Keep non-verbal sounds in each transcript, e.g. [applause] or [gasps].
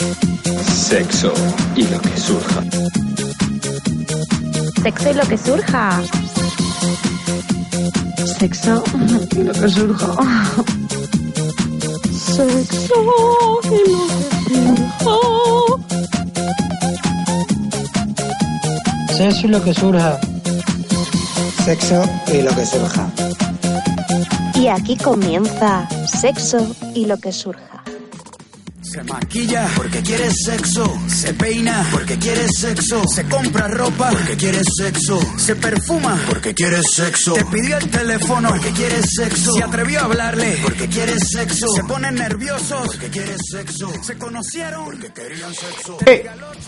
Sexo y lo que surja. Sexo y lo que surja. Sexo y lo que surja. Sexo y lo que surja. Sexo y lo que surja. Sexo y lo que surja. Y aquí comienza Sexo y lo que surja. Se maquilla porque quiere sexo, se peina porque quiere sexo, se compra ropa porque quiere sexo, se perfuma porque quiere sexo, te pidió el teléfono porque quiere sexo, se atrevió a hablarle porque quiere sexo, se ponen nerviosos porque quiere sexo, se conocieron porque querían sexo. Eh,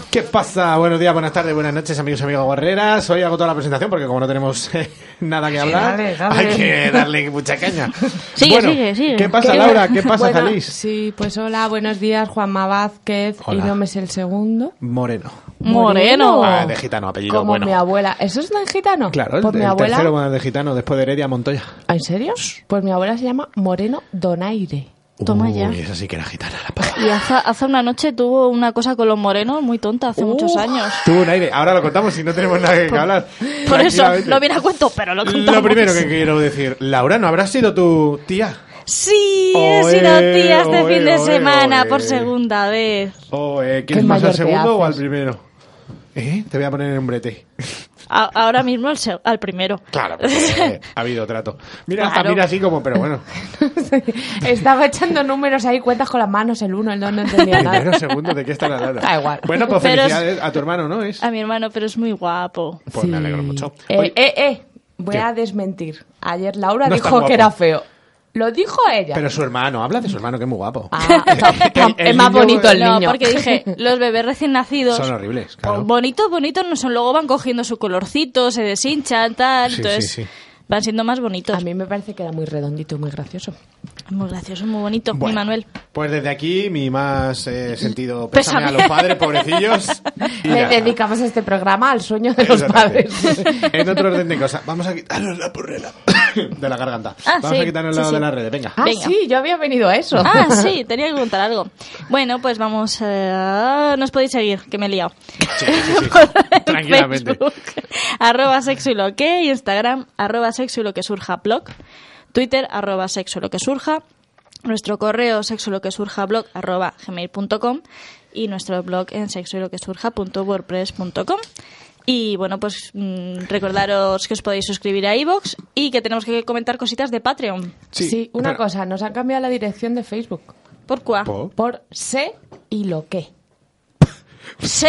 ¿Qué pasa? Buenos días, buenas tardes, buenas noches, amigos y amigas guerreras. Hoy hago toda la presentación porque como no tenemos [laughs] eh, nada que hablar, dale, dale. hay que darle [laughs] mucha caña. Sigue, Bueno, sigue, sigue. ¿Qué pasa, Qué [laughs] Laura? bueno. ¿Qué pasa, Bueno, Jalís? Sí, pues hola, buenos días, Juanma Vázquez. Hola. Y no me sé el segundo. Moreno. Moreno. Ah, de gitano, apellido Como bueno. mi abuela. ¿Eso es tan gitano? Claro, el, Pues mi el abuela. tercero bueno, de gitano, después de Heredia Montoya. ¿Ah, ¿En serio? Pues mi abuela se llama Moreno Donaire. [laughs] Toma Uy, ya. esa sí que era gitana, la pava. Y hace, hace una noche tuvo una cosa con los morenos muy tonta, hace muchos años. Tú, un aire. Ahora lo contamos si no tenemos nada que hablar. Por eso Tranquilamente. no viene a cuento, pero lo contamos. Lo primero que quiero decir, Laura, ¿no habrás sido tu tía? Sí, he Oe, sido tía este oe, fin de oe, semana oe. por segunda vez. ¿O eh, ¿Qué quieres más al mayor te segundo o al haces? primero? ¿Eh? Te voy a poner en un brete. A- ahora mismo al, se- al primero. Claro, porque, [laughs] eh, ha habido trato. Mira, hasta Claro. mira así como, pero bueno. Estaba echando números ahí, cuentas con las manos, el uno, el dos, no entendía nada. Primero, segundo, ¿de qué está la Laura? Da igual. Ah, Bueno, pues Pero es- felicidades a tu hermano, ¿no? Es... [laughs] A mi hermano, pero es muy guapo. Pues me Sí. alegro mucho. Eh, Oye, eh, eh, voy ¿Qué? a desmentir. Ayer Laura No está dijo guapo. que era feo. Lo dijo ella. Pero su hermano, habla de su hermano, que es muy guapo. Ah, El- [laughs] el es más niño- bonito el no, niño. porque [laughs] dije, los bebés recién nacidos. Son horribles, claro. pues, Bonitos, bonitos no son. Luego van cogiendo su colorcito, se deshinchan, tal. Sí, entonces sí, sí. van siendo más bonitos. A mí me parece que era muy redondito y muy gracioso. Muy gracioso, muy bonito. Mi Bueno, Manuel. Pues desde aquí, mi más [laughs] eh, sentido pésame, Pésame. a los padres, pobrecillos. Y Le nada. dedicamos este programa al sueño de los Exactamente. [laughs] padres. En otro orden de cosas, vamos a quitarnos la porrela [coughs] de la garganta. Ah, vamos sí, a quitarnos sí, la sí. de las redes, venga. Ah, Venga. sí, yo había venido a [laughs] eso. Ah, sí, tenía que contar algo. Bueno, pues vamos. eh, nos podéis seguir, que me he liado. [laughs] Por Tranquilamente. Facebook, arroba sexo y lo que, Instagram, arroba sexo y lo que surja blog, Twitter, arroba sexo y lo que surja, nuestro correo sexo y lo que surja blog, arroba gmail.com y nuestro blog en sexo y lo que surja punto wordpress punto com. Y bueno, pues mm, recordaros que os podéis suscribir a iVoox y que tenemos que comentar cositas de Patreon. Sí, una espera. cosa, nos han cambiado la dirección de Facebook ¿Por cuá? Po- por sé y lo que. Sí.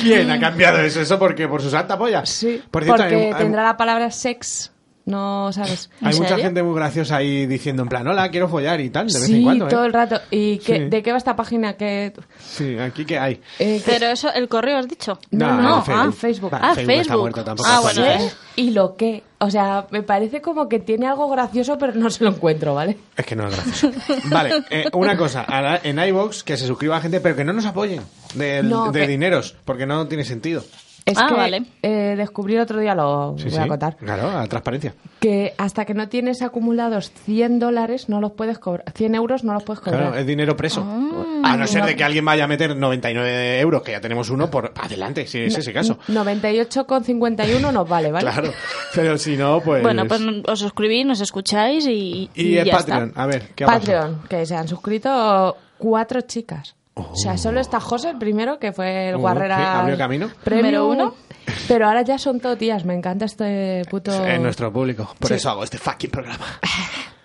¿Quién ha cambiado eso? ¿Eso porque por su santa polla? Por cierto, porque hay, hay- tendrá la palabra sex, no sabes. hay ¿En mucha serio? gente muy graciosa ahí diciendo en plan, hola, quiero follar y tal, de vez en sí, cuando. ¿eh? todo el rato. ¿Y qué- Sí. de qué eh, va esta página? que Sí, aquí que hay. Pero eso, el correo has dicho. No, no, el Facebook. ah, Facebook. Va, Ah, está Facebook. muerto tampoco. Ah, hace bueno, falta. eh. Y lo que. O sea, me parece como que tiene algo gracioso, pero no se lo encuentro, ¿vale? Es que no es gracioso. vale, eh, una cosa. a la- En iBox que se suscriba gente, pero que no nos apoyen de, No, de que- dineros, porque no tiene sentido. Es Ah, que vale. eh, descubrí el otro día, lo Sí, voy sí. a contar. Claro, a transparencia. Que hasta que no tienes acumulados 100 dólares, no los puedes cobrar. 100 euros no los puedes cobrar. Claro, es dinero preso. Ah. A no ser de que alguien vaya a meter 99 euros, que ya tenemos uno, por adelante, si es ese caso. 98,51 nos vale, ¿vale? Claro, pero si no, pues... Bueno, pues os suscribís, nos escucháis y. Y el ya Patreon, está. a ver, ¿qué ha pasado? Patreon, que se han suscrito cuatro chicas. O sea, solo está José el primero, que fue el Uh, guarrera. sí, Oh. abrió camino. Número uno. Pero ahora ya son todo tías, me encanta este puto. Es nuestro público. Por Sí. eso hago este fucking programa.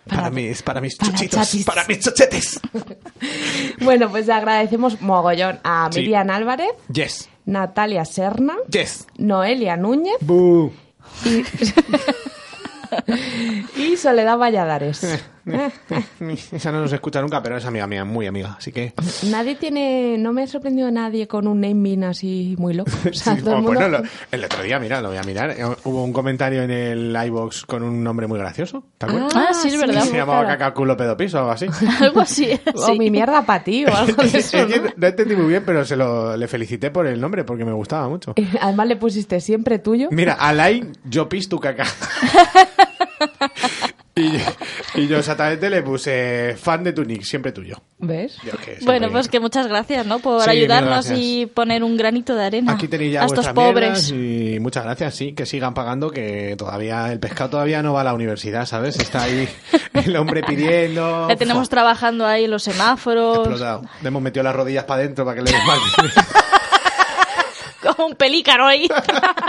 Para, [laughs] Para- mis, para mis para chuchitos, chatis. para mis chuchetes. [laughs] Bueno, pues agradecemos mogollón a Sí. Miriam Álvarez, Yes, Natalia Serna, yes. Noelia Núñez Boo. y [laughs] Soledad Valladares. [laughs] Esa no nos escucha nunca, pero es amiga mía, muy amiga, así que... Nadie tiene. No me ha sorprendido nadie con un naming así muy loco. O [laughs] sea, Sí, todo el bueno, mundo- lo- el otro día, mira, lo voy a mirar. eh, Hubo un comentario en el iBox con un nombre muy gracioso. ¿Te acuerdas? Ah, sí, es Que verdad. se llamaba claro. caca culo pedo piso o algo [laughs] así. [laughs] Algo así. O Oh, mi mierda para ti o algo de eso. [laughs] Es que ¿no? no entendí muy bien, pero se lo, le felicité por el nombre porque me gustaba mucho. Eh, Además le pusiste siempre tuyo. [laughs] Mira, Alain, yo pis tu caca. Y, yo- y yo exactamente le puse fan de tu nick, siempre tuyo. ¿Ves? Yo que siempre- Bueno, pues que muchas gracias, ¿no? Por Sí, mil ayudarnos gracias. y poner un granito de arena Aquí tenéis ya a estos vuestras pobres. mierdas y muchas gracias, sí, que sigan pagando, que todavía el pescado todavía no va a la universidad, ¿sabes? Está [laughs] ahí el hombre pidiendo. Le tenemos Fua, trabajando ahí los semáforos, explotado. Le hemos metido las rodillas para adentro para que le des mal. [laughs] [laughs] como un pelícaro ahí.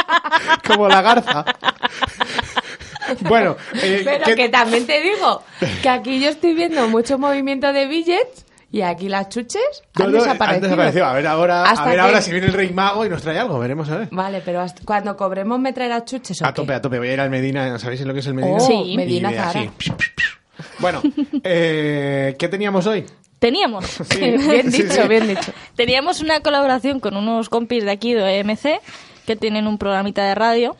[laughs] Como la garza. bueno, eh, Pero ¿qué- que también [laughs] te digo que aquí yo estoy viendo mucho movimiento de billets y aquí las chuches no, han no, desaparecido. han desaparecido. A ver ahora, a Hasta ver que- ahora si viene el rey mago y nos trae algo, veremos a ver. Vale, pero hasta- cuando cobremos me traerás chuches. ¿o A tope, qué? a tope. Voy a ir al Medina. ¿Sabéis lo que es el Medina? Oh, Sí. Y Medina de Zara. así. Bueno, [laughs] eh, ¿qué teníamos hoy? Teníamos. [laughs] Bien Sí, dicho, sí. [laughs] bien dicho. Teníamos una colaboración con unos compis de aquí de EMC que tienen un programita de radio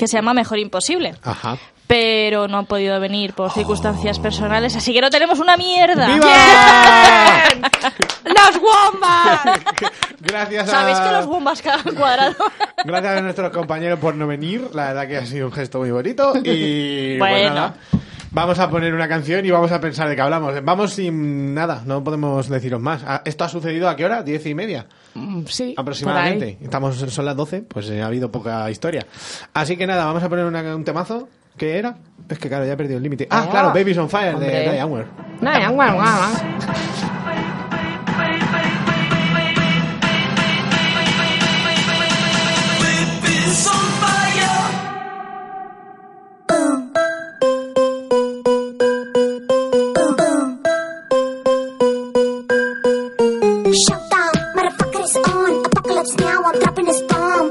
que se llama Mejor Imposible. Ajá. Pero no han podido venir por circunstancias personales, así que no tenemos una mierda. ¡Viva! ¡Los Wombas! [laughs] Gracias a... ¿Sabéis que los bombas cada cuadrado? Gracias a nuestros compañeros por no venir. La verdad que ha sido un gesto muy bonito. Y [laughs] Bueno. pues nada, vamos a poner una canción y vamos a pensar de qué hablamos. Vamos sin nada, no podemos deciros más. Ah, ¿Esto ha sucedido a qué hora? ¿Diez y media? Mm, Sí, por ahí. Aproximadamente. Estamos, son las 12, pues eh, ha habido poca historia. Así que nada, vamos a poner una- un temazo. ¿Qué era? Es que claro, ya he perdido el límite. Ah, Ah, claro, Babies on Fire hombre. de Diane Weir. No, ya, guau, guau, guau. Shutdown, motherfucker is on. Apocalypse now, I'm dropping this bomb.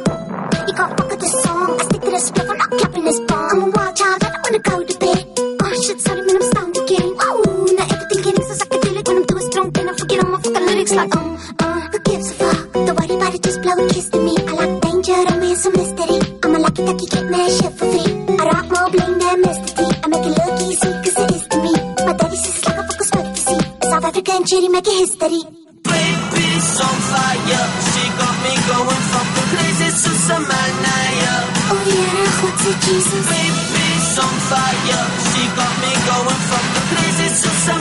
You can't fuck with this song. I stick to this riff, I'm not capping this bomb. I'm a wild child, I don't wanna go to bed. Oh, shit's hurting when I'm stoned again. Oh, now everything getting so psychedelic. When I'm doing strong, then I forget all my fucking lyrics. Like, um, uh, who gives a fuck? Don't worry about it, just blow a kiss to me. I like danger, romance, and mystery. I'm a lucky ducky, get mad shit for free. I rock more bling than Mr. T. I make it look easy, cause it is to me. My daddy says it's like a fucking smoke to see. South Africa and Chile make a history. Oh yeah, what's it, Jesus?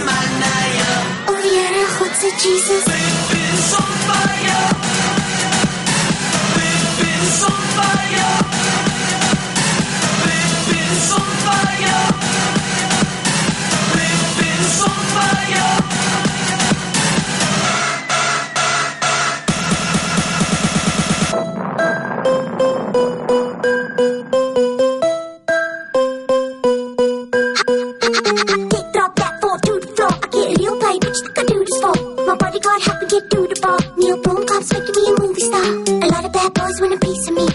Oh yeah, what's it, Jesus? Get dropped that fall to the floor. I get real paid, bitch. Think I do this for my bodyguard helping get through the bar. Neil Boom cops making me a movie star. A lot of bad boys want a piece of me.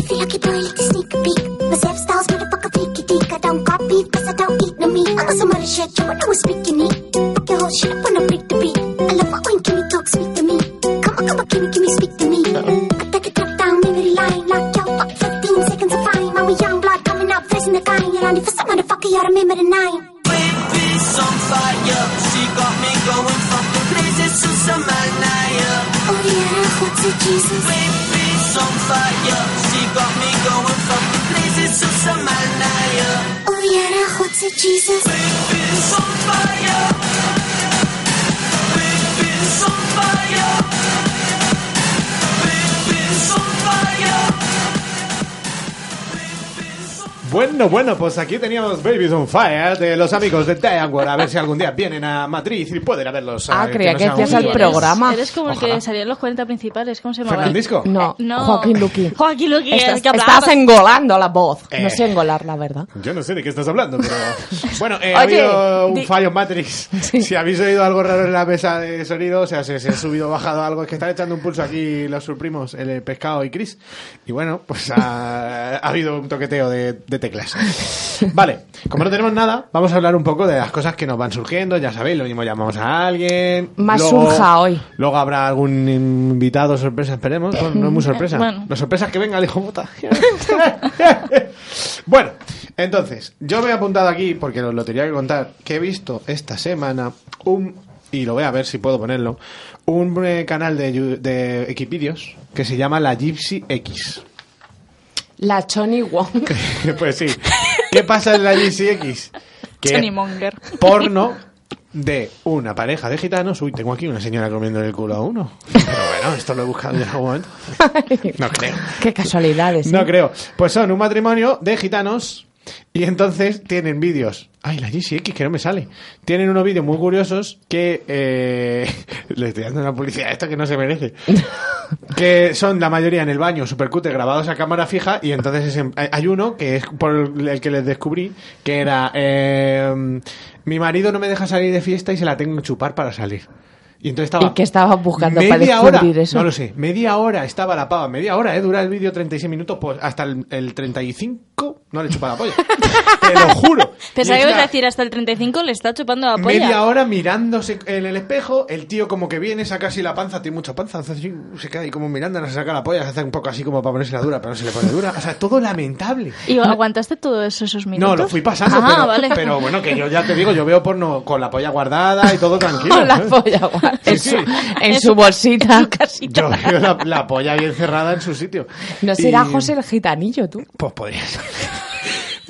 If you're lucky, boy, let the sneak a peek. My self styles motherfucker freaky deek. I don't got beef, cause I don't eat no meat. I'm on some other shit, you wanna was speaking me. Fuck your whole shit up when I break the beat. I love my wing, can you talk sweet to me? Come on, come on, can you, can you speak to me? I take a drop down memory line, knock out fuck 15 seconds of fame. I'm a young blood coming up, fresh in the kind. You're only for some motherfucker, you're a member of nine. Oh yeah, what's it, Jesus? Oh yeah, what's it, Jesus? Bueno, bueno, pues aquí teníamos Babies on Fire de los amigos de Diane Weir. A ver si algún día vienen a Madrid y pueden verlos. Ah, eh, creía que sea un- hacías al Eres- programa. Eres como el Ojalá. que salía en los 40 principales, ¿cómo se llamaba? ¿Fernandisco? ¿eh? No, Eh, No. Joaquín Luqui. Joaquín Luqui, Estás, el que hablaba. estás engolando la voz. Eh. No sé engolar, la verdad. Yo no sé de qué estás hablando, [laughs] pero... Bueno, eh, ha Oye, habido un di- fallo en [laughs] Matrix. Si habéis oído algo raro en la mesa de sonido, o sea, se, se ha subido o bajado algo, es que están echando un pulso aquí los surprimos, el, eh, pescado y Chris. Y bueno, pues ha, ha habido un toqueteo de, de [laughs] teclas. Vale, como no tenemos nada, vamos a hablar un poco de las cosas que nos van surgiendo. Ya sabéis, lo mismo llamamos a alguien. Más surja hoy. Luego habrá algún invitado sorpresa, esperemos. Bueno, no es muy sorpresa. Bueno. La sorpresa es que venga el hijo puta. [laughs] bueno, entonces, yo me he apuntado aquí, porque os lo tenía que contar, que he visto esta semana un, y lo voy a ver si puedo ponerlo, un eh, canal de, yu- de Equipidios que se llama La Gypsy X. [laughs] La Choni Wong. pues sí. ¿Qué pasa en la GCX? que Johnny es Monger. porno de una pareja de gitanos. Uy, tengo aquí una señora comiendo el culo a uno. Pero bueno, esto lo he buscado en algún momento. [laughs] No creo. Qué casualidades. ¿eh? No [laughs] creo. Pues son un matrimonio de gitanos y entonces tienen vídeos. Ay, la GCX que no me sale. Tienen unos vídeos muy curiosos que... Eh, [laughs] le estoy dando una publicidad a esto que no se [laughs] merece. que son la mayoría en el baño, supercute, grabados a cámara fija y entonces es en- hay- hay uno que es por el que les descubrí que era... eh, mi marido no me deja salir de fiesta y se la tengo que chupar para salir. Y entonces estaba... ¿Y qué estabas buscando para media descubrir hora, eso? No lo sé sé, media hora estaba la pava, media hora, ¿eh? Dura el vídeo 36 minutos, pues hasta el, el 35 no le chupa la [laughs] polla. Te lo juro. [laughs] Pensaba Y es que ibas a una decir hasta el 35 le está chupando la polla. Media hora mirándose en el espejo, el tío como que viene, saca así la panza, tiene mucha panza, hace así, se queda ahí como mirando, se saca la polla, se hace un poco así como para ponerse la dura, pero no se le pone dura. O sea, todo lamentable. ¿Y aguantaste todos esos minutos? No, lo fui pasando, Ah, pero, vale. pero [laughs] bueno, que yo ya te digo, yo veo porno con la polla guardada y todo tranquilo. Con la ¿sabes? polla guau, Sí, en, sí. Su, en En su su- bolsita. [laughs] [laughs] Yo veo la, la polla bien cerrada en su sitio. ¿No será Y- José el gitanillo, tú? Pues podría ser. [laughs]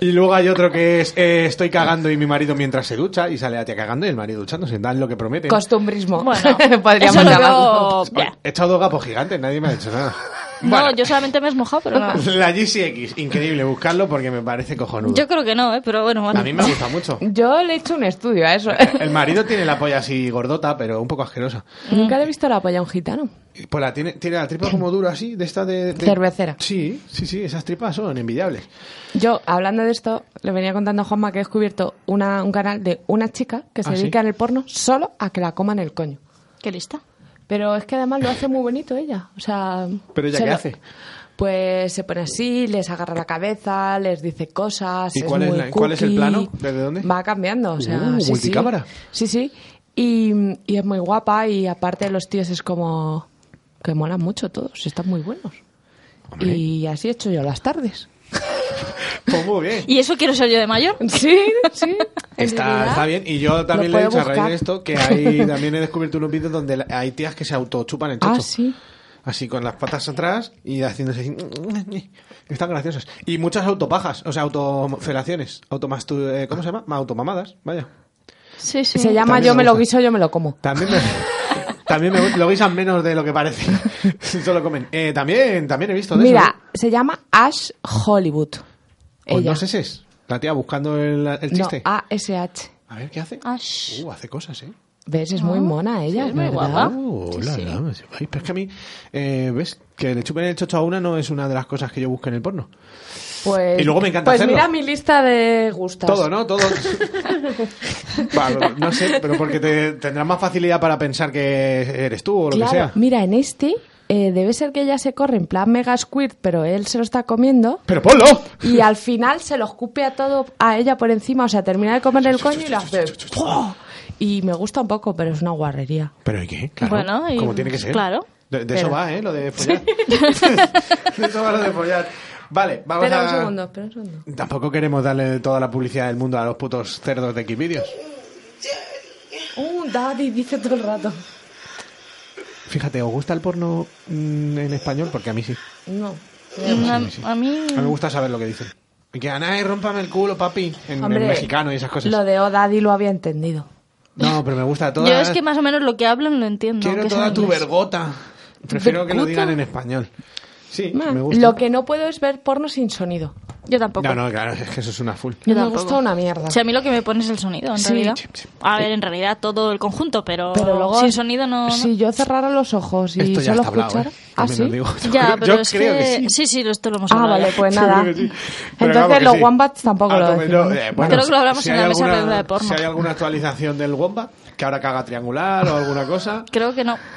Y luego hay otro que es eh, estoy cagando y mi marido mientras se ducha y sale la tía cagando y el marido duchándose. Dan lo que prometen. Costumbrismo. Bueno, [laughs] podríamos eso lo llamarlo. veo- Oye, He echado dos gapos gigantes, nadie me ha dicho nada. [laughs] No, Bueno, yo solamente me he mojado, pero nada. La GCX, increíble buscarlo porque me parece cojonudo. Yo creo que no, ¿eh? pero bueno. bueno. A mí me gusta mucho. Yo le he hecho un estudio a eso. ¿eh? El marido tiene la polla así gordota, pero un poco asquerosa. Nunca le he visto la polla a un gitano. Pues la tiene, tiene la tripa como dura así, de esta de, de- Cervecera. Sí, sí, sí, esas tripas son envidiables. Yo, hablando de esto, le venía contando a Juanma que he descubierto una, un canal de una chica que se ¿Ah, sí? dedica en el porno solo a que la coman el coño. Qué lista. Pero es que además lo hace muy bonito ella. O sea. ¿Pero ella se qué lo- hace? Pues se pone así, les agarra la cabeza, les dice cosas. ¿Y cuál es muy la- cuál es el cookie. plano? ¿Desde dónde? Va cambiando, o sea. Uh, sí, sí. multicámara. Sí, sí. Y, y es muy guapa y aparte los tíos es como. que molan mucho todos, están muy buenos. Y así he hecho yo las tardes. Pues muy bien. ¿Y eso quiero ser yo de mayor? Sí, sí. en Está, realidad. está bien. Y yo también Lo le he dicho puedo a raíz buscar. de esto que [laughs] hay, también he descubierto unos vídeos donde la- hay tías que se autochupan el chocho. Ah, sí. Así con las patas atrás y haciéndose así. [laughs] Están graciosas. Y muchas autopajas, o sea, autofelaciones. Automastu eh, ¿Cómo se llama? Automamadas, vaya. Sí, sí. Se llama También Yo me me lo gusta. guiso, yo me lo como. También [laughs] me, también me lo guisan menos de lo que parece. [laughs] Solo comen. Eh, también, también he visto de eso. Mira, ¿eh? se llama Ash Hollywood. Pues Ella. no sé si es. La tía buscando el, el No, ah. chiste. ASH. A ver qué hace. Ash. Uh, hace cosas, eh. ¿Ves? Es muy mona ella. es muy ¿verdad? guapa. Oh, la, la, me- ay, pero es que a mí, eh, ¿ves? Que le chupen el chocho a una no es una de las cosas que yo busque en el porno. Pues, Y luego me encanta Pues hacerlo. mira mi lista de gustos. Todo, ¿no? [laughs] Todo. Vale, no sé, pero porque te, tendrás más facilidad para pensar que eres tú o lo Claro, que sea. mira, en este eh, debe ser que ella se corre en plan mega squirt, pero él se lo está comiendo. ¡Pero ponlo! [laughs] Y al final se lo escupe a todo a ella por encima. O sea, termina de comer el coño y lo hace. ¡pua! Y me gusta un poco, pero es una guarrería. ¿Pero y qué? Claro. Bueno, y- Como tiene que ser. claro. De, de eso Pero- va, ¿eh? Lo de [laughs] follar. [laughs] de eso va lo de follar. Vale, vamos Espera a... un segundo, espera un segundo. Tampoco queremos darle toda la publicidad del mundo a los putos cerdos de Xvideos. Uh, Daddy dice todo el rato. Fíjate, ¿os gusta el porno mm, en español? Porque a mí sí. No. A, a mí. A mí me gusta saber lo que dicen. Y Que Ana, rompame el culo, papi. En, Hombre, en mexicano y esas cosas. Lo de Oh Daddy lo había entendido. No, pero me gusta todo. [laughs] Yo es que más o menos lo que hablan lo entiendo. Quiero aunque sea toda en tu inglés. vergota. Prefiero que lo ¿Vergota? digan en español. Sí, Ma, me gusta. Lo que no puedo es ver porno sin sonido. Yo tampoco. No, no, claro, es que eso es una full. Yo me tampoco. gusta una mierda. O sea, a mí lo que me pone es el sonido, en Sí. realidad. Chip, chip. A ver, en realidad todo el conjunto, pero, Pero luego, sin sonido no. no. Si yo cerrara los ojos y Esto ya solo está hablado, escuchara. ¿eh? ¿Ah, También sí? os digo. Yo [laughs] Ya, creo- pero yo es creo que, sí. sí, esto lo hemos Ah, hablado. vale, ya. [laughs] pues Yo creo nada. que sí. Pero vamos Entonces que los sí. wombats tampoco Ah, lo no, decimos. no, eh, bueno, Creo que lo hablamos si en hay la mesa alguna- redonda de porno. Si hay alguna actualización del Wombat, que ahora caga triangular o alguna [laughs] cosa. Creo que no. [laughs]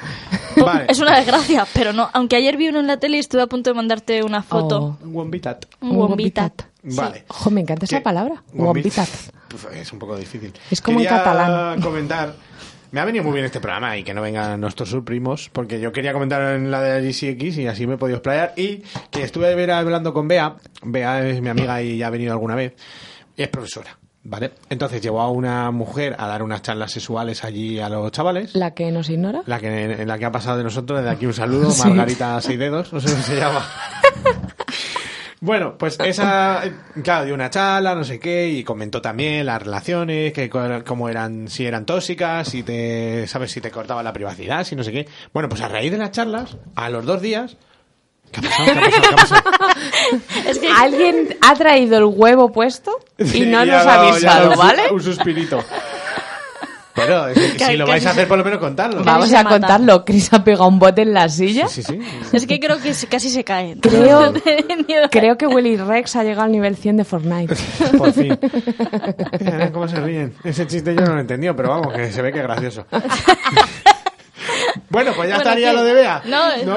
Vale. Es una desgracia, pero no. Aunque ayer vi uno en la tele y estuve a punto de mandarte una Oh, foto. Un Wombitat. Un wombitat. Sí. Vale. Ojo, me encanta esa ¿Qué? palabra. Wombit. Wombitat. Puf, Pues, Es un poco difícil. Es como en Quería catalán. comentar. Me ha venido muy bien este programa y que no vengan nuestros surprimos, porque yo quería comentar en la de GCX y así me he podido explayar. Y que estuve de ver hablando con Bea. Bea es mi amiga y ya ha venido alguna vez. Y es profesora, ¿vale? Entonces llevó a una mujer a dar unas charlas sexuales allí a los chavales. La que nos ignora. La que, en la que ha [laughs] pasado de nosotros, desde aquí un saludo, Sí. [laughs] Margarita Seidedos, no sé cómo se llama. Bueno, pues esa, claro, dio una charla, no sé qué, y comentó también las relaciones, que cuál- cómo eran, si eran tóxicas, si te, sabes, si te cortaba la privacidad, si no sé qué. Bueno, pues a raíz de las charlas, a los dos días, ¿qué ha pasado? ¿Qué ha pasado? ¿Qué ha pasado? Es que Alguien ha traído el huevo puesto [laughs] y Sí, no ya nos no, ya ha avisado, no, un su- ¿vale? Un suspirito. Bueno, es que Que- si lo que- vais a hacer, por lo menos contadlo. Vale. Vamos se a mata. contarlo. Chris ha pegado un bote en la silla. Sí, sí. Es que creo que se- casi se cae. [laughs] [laughs] Creo- Miedo. [laughs] [laughs] Creo que Willy Rex ha llegado al nivel 100 de Fortnite. Por fin. Eh, [laughs] ¿Cómo se ríen? Ese chiste yo no lo he entendido, pero vamos, que se ve que es [laughs] gracioso. Bueno, pues ya Bueno, estaría ¿qué? lo de Bea. No,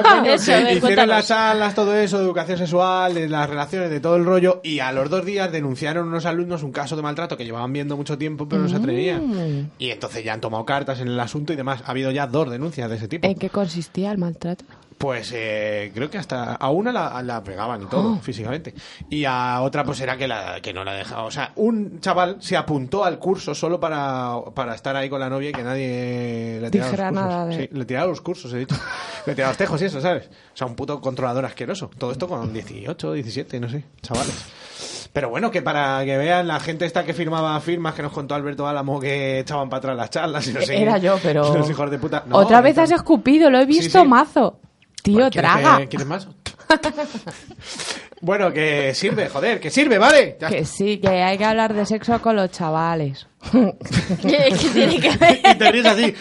coño, eso, que a ver, hicieron cuéntanos. las charlas, todo eso, de educación sexual, de las relaciones, de todo el rollo, y a los dos días denunciaron unos alumnos un caso de maltrato que llevaban viendo mucho tiempo, pero no Mm. se atrevían. Y entonces ya han tomado cartas en el asunto y demás. Ha habido ya dos denuncias de ese tipo. ¿En qué consistía el maltrato? Pues eh, creo que hasta a una la, la pegaban y Oh. todo, físicamente. Y a otra pues era que, la, que no la dejaba. O sea, un chaval se apuntó al curso solo para, para estar ahí con la novia y que nadie le tiraba Dijera los cursos. nada de- Sí, le tiraba los cursos, he dicho. le tiraba los tejos y eso, ¿sabes? O sea, un puto controlador asqueroso. Todo esto con 18, 17, no sé, chavales. Pero bueno, que para que vean la gente esta que firmaba firmas que nos contó Alberto Álamo que echaban para atrás las charlas y no sé Era qué. yo, [laughs] pero... Los hijos de puta. No, Otra vez has entonces- escupido, lo he visto, sí. mazo. Tío, Bueno, ¿quieres traga. que- ¿Quieres más? [laughs] bueno, que sirve, joder, que sirve, ¿vale? Ya Que sí, que hay que hablar de sexo con los chavales. ¿Qué tiene que ver? está. [laughs] y te ríes así.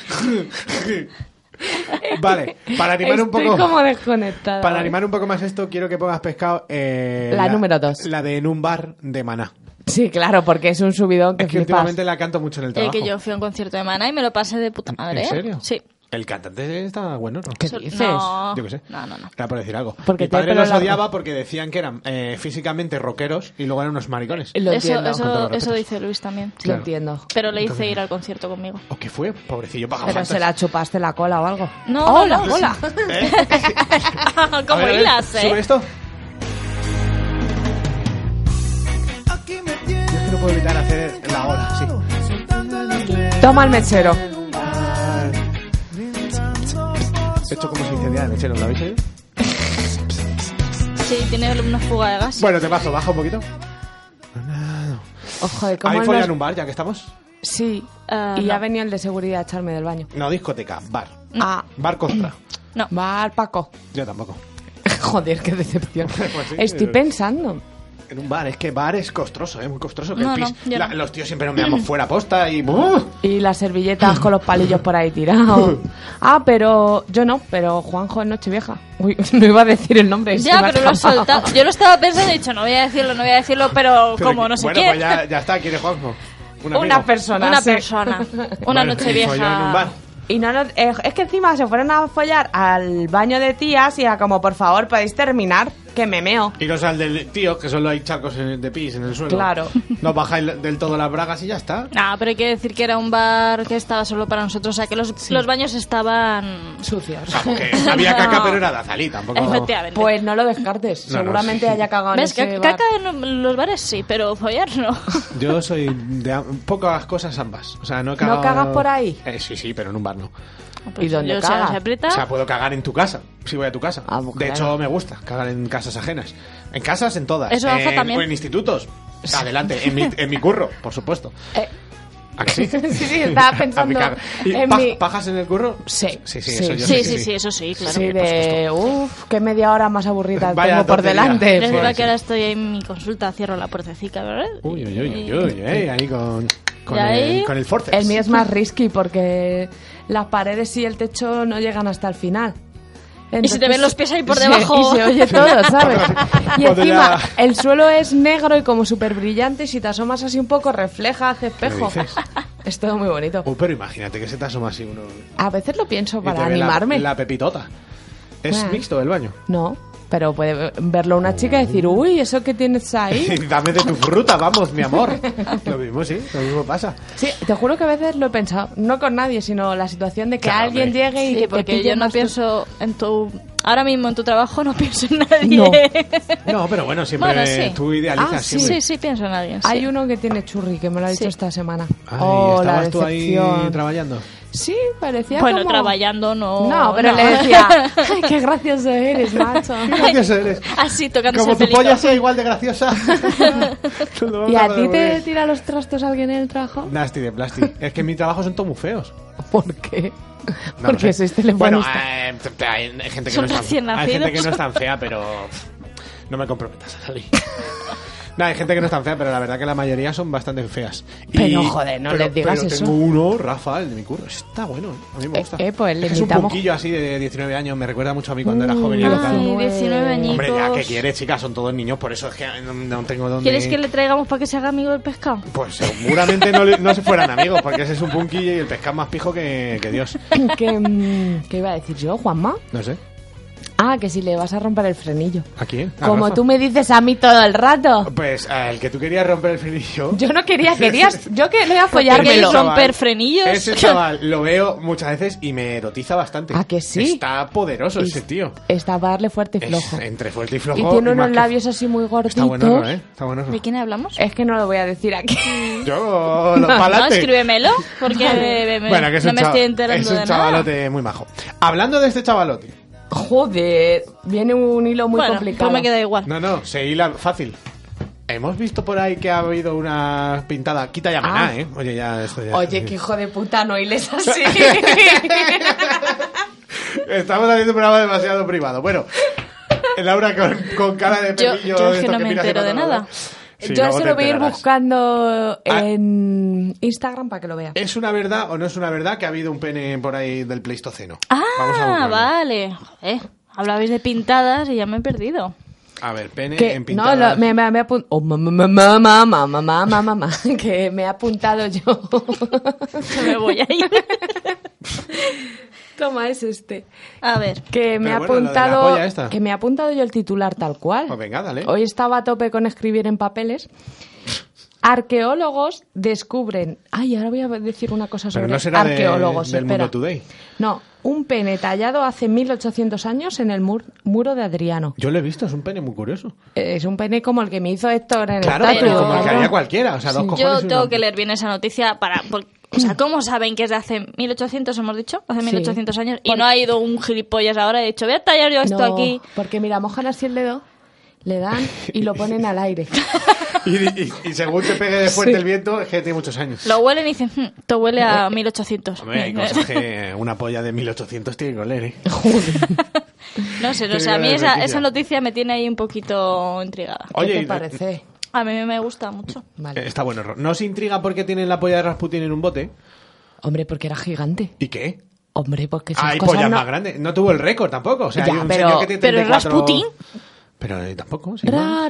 [laughs] vale, [laughs] para animar un Estoy poco. como desconectada. Para animar un poco más esto, quiero que pongas pescado. eh, La número dos. La de En un bar de Maná. Sí, claro, porque es un subidón que, Es que flipas. últimamente la canto mucho en el Eh, trabajo. que yo fui a un concierto de Mana y me lo pasé de puta madre. ¿En ¿eh? serio? Sí. El cantante está bueno, ¿no? ¿Qué Sol- dices? No. Yo qué sé. No, no, no. Era por decir algo. Porque Mi tiene padre pelo los largo. odiaba porque decían que eran eh, físicamente rockeros y luego eran unos maricones. Lo eso, entiendo. Con todos los eso, eso respetos. dice Luis también. sí. Lo Ah, entiendo. Pero le hice ir al concierto [laughs] conmigo. ¿O qué fue? Pobrecillo, paga Pero [laughs] se la chupaste la cola o algo. No, hola, no, no. [laughs] hola. ¿Eh? A Como ver, a ver, hilas, ¿eh? ¿Sube esto? Yo es que no puedo evitar hacer la ola, sí. Toma el mechero. Esto como se incendia el lechero, ¿lo habéis oído? Sí, tiene una fuga de gas. Bueno, te paso, baja un poquito. Ojo, de ¿Hay cómo folla nos- en un bar ya que estamos? Sí, Ah, y no. Mm. ya venía el de seguridad a echarme del baño. No, discoteca, bar. Ah, Bar contra. No. va [laughs] Paco. Yo tampoco. Joder, qué decepción. [laughs] Pues sí. Estoy pensando. En un bar, es que bar es costroso, es muy costroso. Que No, el no, pis- yo la- no. Los tíos siempre nos miramos fuera posta y. ¡buh! Y las servilletas con los palillos por ahí [laughs] tirados. Ah, pero yo no, pero Juanjo es Nochevieja. Uy, [laughs] no iba a decir el nombre. se Ya, me ha pero lo he escapado. [laughs] soltado. Yo lo estaba pensando y he dicho, no voy a decirlo, no voy a decirlo, pero, [laughs] Pero como que- no sé bueno, qué. Pues ya, ya está, quiere Juanjo. Un Una amigo. [laughs] persona. Una sí. persona. [laughs] Una Bueno, noche follón en un vieja. bar. [laughs] Y no nos- eh, es que encima se fueron a follar al baño de tías y a como, por favor, podéis terminar, que me meo. Y no al del tío, que solo hay charcos en- de pis en el suelo. Claro. No bajáis del todo las bragas y ya está. No, pero hay que decir que era un bar que estaba solo para nosotros, o sea que los, los baños estaban... [laughs] Sucios. Porque había caca, No. pero era de azalí, tampoco. Efectivamente. Pues no lo descartes. No, no, Seguramente sí. haya cagado ¿Ves? en Ca- ese bar. Caca en los bares sí, pero follar no. [laughs] Yo soy de am- pocas cosas ambas. O sea, no he cagado- cagas por ahí? Eh, sí, sí, pero en un bar no. ¿Y dónde Pues Yo, o sea, cagas? se aprieta. O sea, puedo cagar en tu casa, si voy a tu casa. Ah, pues de claro. hecho, me gusta cagar en casas ajenas. En casas, en todas. Eso en, hace también. o en [laughs] institutos. Adelante, en mi, en mi curro, por supuesto. Eh. ¿A que sí? [laughs] Sí, sí, [laughs] estaba A mi pensando caga. ¿Y en pa- mi- ¿Pajas en el curro? Sí. Sí, sí, Sí, eso yo sí, sé sí, que sí, eso sí, claro. Sí, de uff, qué media hora más aburrida Vaya tengo por tontería. delante. Pues Es Sí, verdad sí. que ahora estoy en mi consulta, cierro la puertecica, ¿verdad? Uy, uy, uy, uy, uy, eh, ahí con, con, ¿Y ahí? el, con el forceps. El mío es más risky porque las paredes y el techo no llegan hasta el final. Y se te ven los pies ahí por Sí, debajo. y se oye todo, [laughs] ¿sabes? Y Cuando encima, ya- el suelo es negro y como súper brillante. Y si te asomas así un poco, refleja, hace espejo. dices? [laughs] Es todo muy bonito. Oh, pero imagínate que se te asoma así uno y A veces lo pienso te para ve la- animarme. La, pepitota. Es Ah. mixto el baño. No, pero puede verlo una chica y decir, uy, eso que tienes [laughs] ahí. Dame de tu fruta, vamos, mi [laughs] amor. Lo mismo, sí, lo mismo pasa. Sí, te juro que a veces lo he pensado. No con nadie, sino la situación de que Claro, alguien hombre. llegue y pues, Sí, que te porque pille yo no más tu- pienso en tu Ahora mismo en tu trabajo no [laughs] pienso en nadie. No. No, pero bueno, siempre Bueno, sí. tú idealizas Ah, sí. Sí, siempre. sí, pienso en alguien. sí. Hay uno que tiene churri, que me lo ha dicho esta semana. Ay, oh, la Ah, estabas tú ahí decepción. [laughs] trabajando. Sí, parecía Bueno, como... trabajando no. No, pero le decía, "Ay, qué gracioso eres, macho. Gracioso eres. [laughs] Así, tocándose Como el tu pelito. polla sea igual de graciosa. [laughs] [laughs] Tú lo vas ¿Y a acordar ti muy te bien. tira los trastos alguien en [laughs] el trabajo? Nasty de plástico. Es que en mi trabajo son todos muy feos. ¿Por qué? No lo Porque este sé. sois Bueno, telefonista. eh, hay hay gente que Son no es recién tan, hay gente nacidos. que no es tan fea, pero pff, no me comprometas a salir. No, hay gente que no es tan fea, pero la verdad que la mayoría son bastante feas. Y- Pero, joder, no les digas pero eso. Tengo uno, Rafa, el de mi curro. Está bueno, ¿eh? a mí me Eh, gusta. eh, pues le es un invitamos. punquillo así de 19 años, me recuerda mucho a mí cuando era joven y Ay, era tal. Ay, 19 añicos. Hombre, ya, ¿qué quieres, chicas? Son todos niños, por eso es que no, no tengo dónde... ¿Quieres que le traigamos para que se haga amigo del pescado? Pues seguramente no, le- no se fueran amigos, porque ese es un punquillo y el pescado más pijo que, que Dios. [laughs] ¿Qué, mm, qué iba a decir yo, Juanma? No sé. Ah, que si le vas a romper el frenillo. ¿A quién? ¿A Como Ah, Rafa? tú me dices a mí todo el rato. Pues al que tú querías romper el frenillo. Yo no quería, querías. Yo quería follármelo. queréis romper frenillos? Ese chaval lo veo muchas veces y me erotiza bastante. ¿A que sí? Está poderoso ese tío. Está para darle fuerte y Es flojo. entre fuerte y flojo. Y tiene más unos que- labios así muy gorditos. Está bueno, ¿eh? Está bueno. ¿De quién Eh, hablamos? Es que no lo voy a decir aquí. Yo, lo [laughs] [laughs] No, No, pa'lante. escríbemelo, porque me- [laughs] me- Bueno, que es no un, me chava- estoy enterando es un de nada. chavalote muy majo. Hablando de este chavalote. Joder, viene un hilo muy bueno, complicado. pues me queda Ah. igual. No, no, se hila fácil. Hemos visto por ahí que ha habido una pintada. Quita ya maná, Ah. ¿eh? Oye, ya esto ya. Oye, qué hijo de puta, no hiles así. Estamos haciendo un programa demasiado privado. Bueno, Laura con, con cara de Yo- pelillo. yo es de que esto no me mira entero no de te nada. acuerdas. Sí, Yo luego se te lo voy a ir enterarás. buscando Ah. en Instagram para que lo vea. ¿Es una verdad o no es una verdad que ha habido un pene por ahí del Pleistoceno? Vamos a Ah, buscarlo. vale. Joder, hablabais de pintadas y ya me he perdido. [laughs] A ver, pene Que, en no, pintadas. lo- me, me, me apun- oh, mamá, mamá, mamá, mamá, mamá, mamá, que me he apuntado yo. Me voy a ir. Toma, es este. A ver. Que me Pero ha bueno, lo de la apuntado, polla esta. que me ha apuntado yo el titular tal cual. Pues venga, dale. Hoy estaba a tope con escribir en papeles. Arqueólogos descubren. Ay, ahora voy a decir una cosa sobre Pero no será de- arqueólogos. del espera. Mundo Today. No, un pene tallado hace 1800 años en el mur- muro de Adriano. Yo lo he visto, es un pene muy curioso. Es un pene como el que me hizo Héctor en Claro, el pero tatu, pero- como el que cabrón. haría cualquiera. O sea, dos Sí. cojones. y Yo una- tengo que leer bien esa noticia para... por- o sea, ¿cómo saben que es de hace 1800, hemos dicho? Hace Sí. 1800 años. Y Por- no ha ido un gilipollas ahora y ha dicho, voy a tallar yo esto No, aquí. Porque mira, mojan así el dedo, le dan y lo ponen al [laughs] aire. [laughs] Y, y- y según te pegue de fuerte Sí. el viento, es que tiene muchos años. Lo huelen y dicen, "Hmm, esto huele a 1800. Hombre, [laughs] hay cosas que una polla de 1800 tiene que oler, ¿eh? no sé, no Tiene sé. A cara mí de esa, noticia. esa noticia me tiene ahí un poquito intrigada. Oye, ¿Qué y- Eh, te parece? A mí me gusta mucho. Vale. Está bueno. Ro- No os intriga porque tienen la polla de Rasputin en un bote. Hombre, porque era gigante. ¿Y qué? Hombre, porque esas Hay cosas pollas no... más grandes. No tuvo el récord tampoco. O sea, Ya, hay un pero- señor que tiene pero 34... Rasputin. Pero eh, tampoco, sí. ¿no? Ra,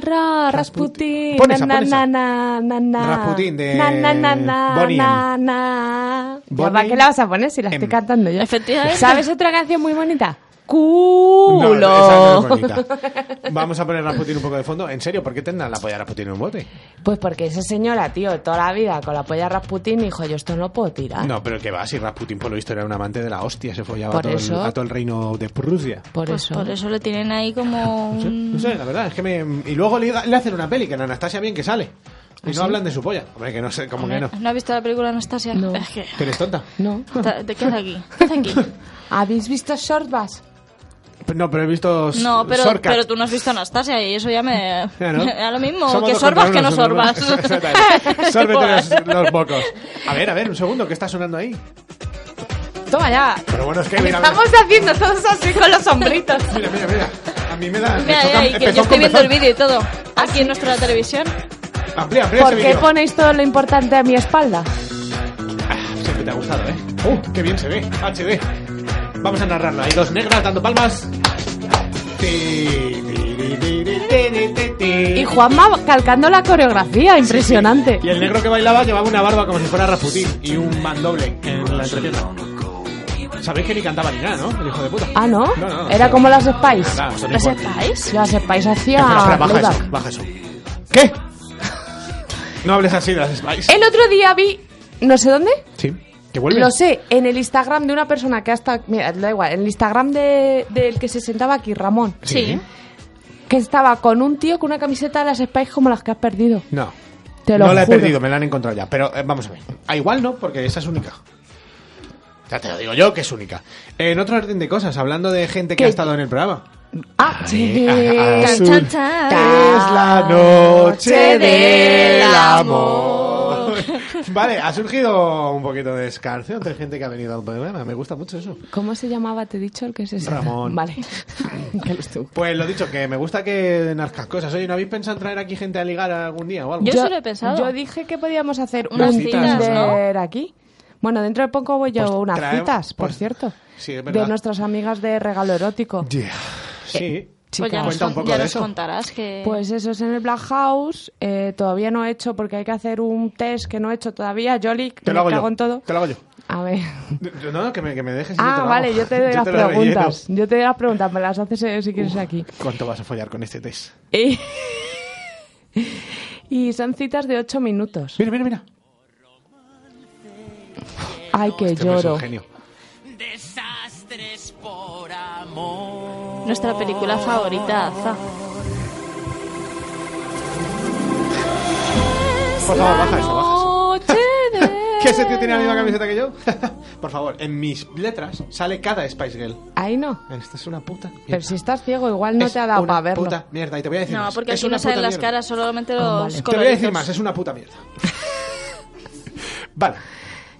Rasputin. ra, Rasputin. Pon esa, na, pon esa. na, na, na, na. Rasputin de Na, na, na, na, Bonnie na, M. na. Ya, Bonnie ¿Para qué la vas a poner si la estoy M. cantando yo? Efectivamente. ¿Sabes otra canción muy bonita? No, Culo. esa no es bonita. Vamos a poner Rasputin un poco de fondo. En serio, ¿por qué tendrán la polla de Rasputin en un bote? pues porque esa señora, tío, toda la vida con la polla Rasputin, dijo, yo esto no puedo tirar. No, pero que va, si Rasputin por lo visto era un amante de la hostia, se follaba a Por todo, el, eso. a todo el reino de Prusia. Por Pues eso. por eso lo tienen ahí como No sé, un- no sé, la verdad, es que me... Y luego le, le hacen una peli, que en Anastasia bien que sale. Y no hablan de su polla. Hombre, que no sé, como que no. has visto la película Anastasia? No. Es que... ¿Tú eres tonta? No. Ta- ¿Te quedas aquí? ¿Qué haces aquí? [laughs] ¿Habéis visto Shortbus? No, pero he visto... s- No, pero, Sorkat. pero tú no has visto Anastasia y eso ya me... Ya, ¿no? [laughs] A lo mismo, Somos que dos sorbas contra que no uno, somos sorbas. dos. [laughs] Exactamente. Sórbete los, los bocos. A ver, a ver, un segundo, ¿qué está sonando ahí? Toma ya. Pero bueno, es que mira, mira, Estamos haciendo todos así con los sombritos. mira, mira, mira. A mí me da... me Mira, choca- mira, y que pezón con Ah, yo estoy viendo el pezón. vídeo y todo. Aquí en nuestra televisión. Amplía, amplía ¿Por ese qué vídeo. ponéis todo lo importante a mi espalda? Siempre te ha gustado, ¿eh? ¡Uh, qué bien se ve! HD. Vamos a narrarlo. Hay dos negras dando palmas. Y Y Juanma calcando la coreografía, impresionante. Y el negro que bailaba llevaba una barba como si fuera Rasputín y un mandoble en la entrepierna. Sabéis que ni cantaba ni nada, ¿no? El hijo de puta. Ah, ¿no? No, no, no. Era como las Spice. Nada, eso no ¿Las importa. sepáis? Las Spice Espera, espera, hacía baja playback. eso, baja eso. ¿Qué? [laughs] No hables así de las Spice. El otro día vi, no sé dónde, Sí. Que vuelve. Eh, Lo sé, en el Instagram de una persona que hasta. Mira, da igual, en el Instagram de- del que se sentaba aquí, Ramón, Sí. que estaba con un tío con una camiseta de las Spice como las que has perdido. No. Te lo no la he juro. perdido, me la han encontrado ya. Pero eh, vamos a ver. A igual no, porque esa es única. Ya te lo digo yo que es única. En otro orden de cosas, hablando de gente que ¿Qué? ha estado en el programa. Ah, sí. Ah, Chan, azul. chan, chan. Es la noche del amor. [laughs] Vale, ha surgido un poquito de escarceo entre gente que ha venido al programa. Me gusta mucho eso. ¿Cómo se llamaba? Te he dicho el que se sentaba. Ramón. Vale. [laughs] Que lo estuvo. Pues lo dicho, que me gusta que nazcas cosas. Oye, ¿no habéis pensado en traer aquí gente a ligar algún día o algo? Yo sí lo he pensado. Yo dije que podíamos hacer Unas unas citas, citas ¿no? aquí. Bueno, dentro de poco voy yo Pues a unas trae- citas, por pues- cierto. Sí, es verdad. de nuestras amigas de regalo erótico. Yeah. Eh, Sí. Pues ya nos, Chicas. Cuenta un con- poco ya de nos eso. contarás que... Pues eso es en el Black House. eh, todavía no he hecho porque hay que hacer un test que no he hecho todavía. Jolly, que Te lo me hago cago yo. en todo. Te lo hago yo. A ver. No, que me, que me dejes. y [laughs] yo te Ah, lo hago. vale, yo te doy las lo relleno. preguntas. Yo te doy las preguntas, me las haces eh, si quieres aquí. [laughs] ¿Cuánto vas a follar con este test? Y- [laughs] y son citas de 8 minutos. Mira, mira, mira. Ay, que Este hombre es lloro. un genio. Nuestra película favorita, Aza. Por favor, baja eso, baja eso. [laughs] Noche de- ¿Qué ese tío tiene la misma camiseta que yo? [laughs] Por favor, en mis letras sale cada Spice Girl. Ahí no. Esta es una puta. mierda. Pero si estás ciego, igual no Es te ha dado una para verlo. puta mierda. Y te voy a decir No, más. porque Es aquí una no salen puta las mierda. caras, solamente los vale. Te voy a coloritos. decir más, es una puta [laughs] mierda. vale,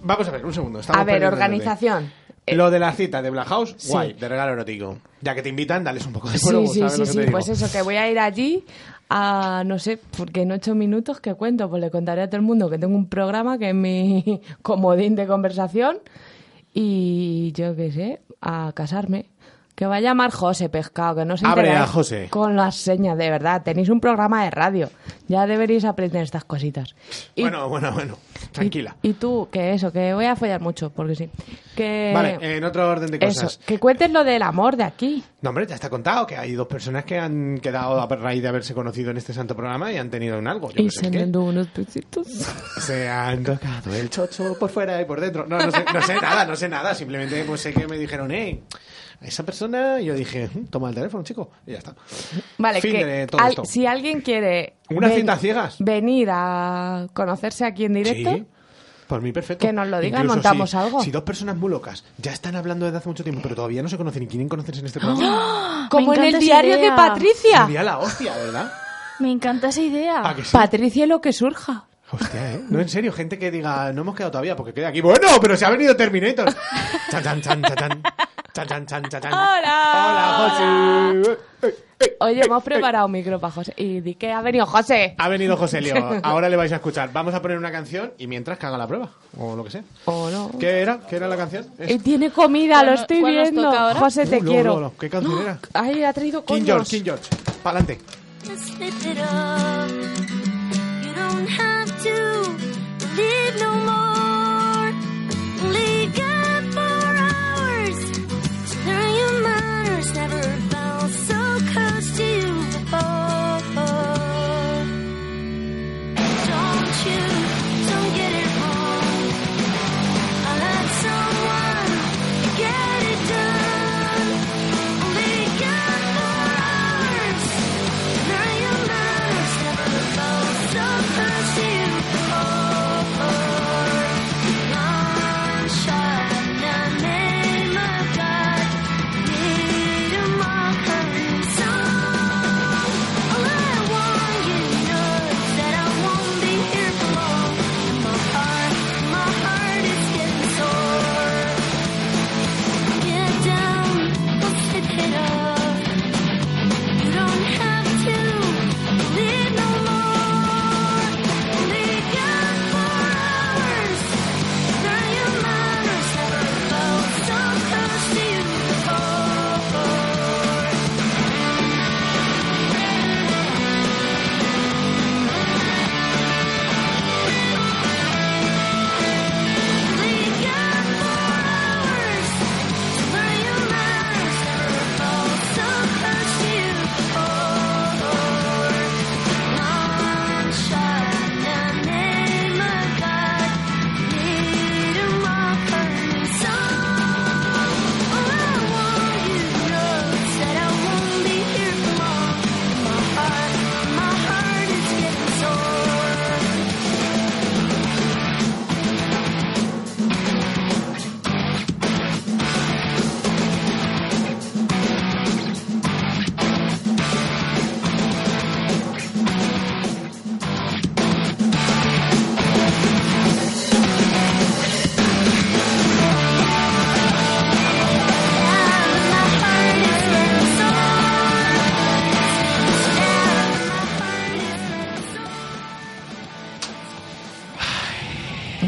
vamos a ver, un segundo. estamos A ver, perdiendo el orden. organización. eh. Lo de la cita de Black House, Sí. guay, de regalo erótico. Ya que te invitan, dales un poco de Sí, fuego, sí, ¿sabes lo que sí, sí. te digo? Pues eso, que voy a ir allí a, no sé, porque en ocho minutos que cuento, pues le contaré a todo el mundo que tengo un programa que es mi [laughs] comodín de conversación y yo qué sé, a casarme. Que va a llamar José Pescado, que no se Abre enteráis a José. con las señas, de verdad. Tenéis un programa de radio. Ya deberéis aprender estas cositas. Y- Bueno, bueno, bueno. Tranquila. Y, y tú, que eso, que voy a follar mucho, porque sí. Que... Vale, en otro orden de eh, Eso, cosas. que cuentes lo del amor de aquí. No, hombre, ya está contado que hay dos personas que han quedado a raíz de haberse conocido en este santo programa y han tenido un algo. Yo Y no sé se qué. me dando unos besitos. Se han tocado el chocho por fuera y por dentro. No, no sé, no sé nada, no sé nada. Simplemente pues, sé que me dijeron, eh, esa persona. Y yo dije, "Mm, toma el teléfono, chico. Y ya está. Vale, Fin que de todo al- esto. si alguien quiere Una cita a ciegas. venir a conocerse aquí en directo, Sí. Por mí, perfecto. Que nos lo digan, Incluso montamos si- algo. Si dos personas muy locas ya están hablando desde hace mucho tiempo, pero todavía no se conocen y quieren conocerse en este programa, como Ah, Me en el encanta esa diario idea. de Patricia. sería la hostia, ¿verdad? Me encanta esa idea. Ah, ¿A que sí? Patricia lo que surja. Hostia, ¿eh? No, en serio, gente que diga, no hemos quedado todavía porque queda aquí. Bueno, pero se ha venido [laughs] Terminator. Chan, chan, chan, chan, chan. Chan, chan, chan, chan, chan. Hola. Hola, José. Eh, eh. Oye, [laughs] hemos preparado un micro para José. Y di que ha venido José. Ha venido José Leo. [laughs] Ahora le vais a escuchar. Vamos a poner una canción y mientras que haga la prueba. O lo que sea. O no. ¿Qué era? ¿Qué era la canción? Eh, Eh, Es- Y tiene comida, lo ¿Cuál- estoy cuál nos viendo. toca ahora? José, te Uh, no, quiero. no, no. ¿Qué canción era? [gasps] Ay, ha traído King coños. George, King George. Pa'lante. Just lift it up. You don't have to live no more. Only got four hours to learn your manners. Never felt so close to you before. Don't you? Don't get it wrong. I let someone get it done. Only got four hours. Never felt so close to you before.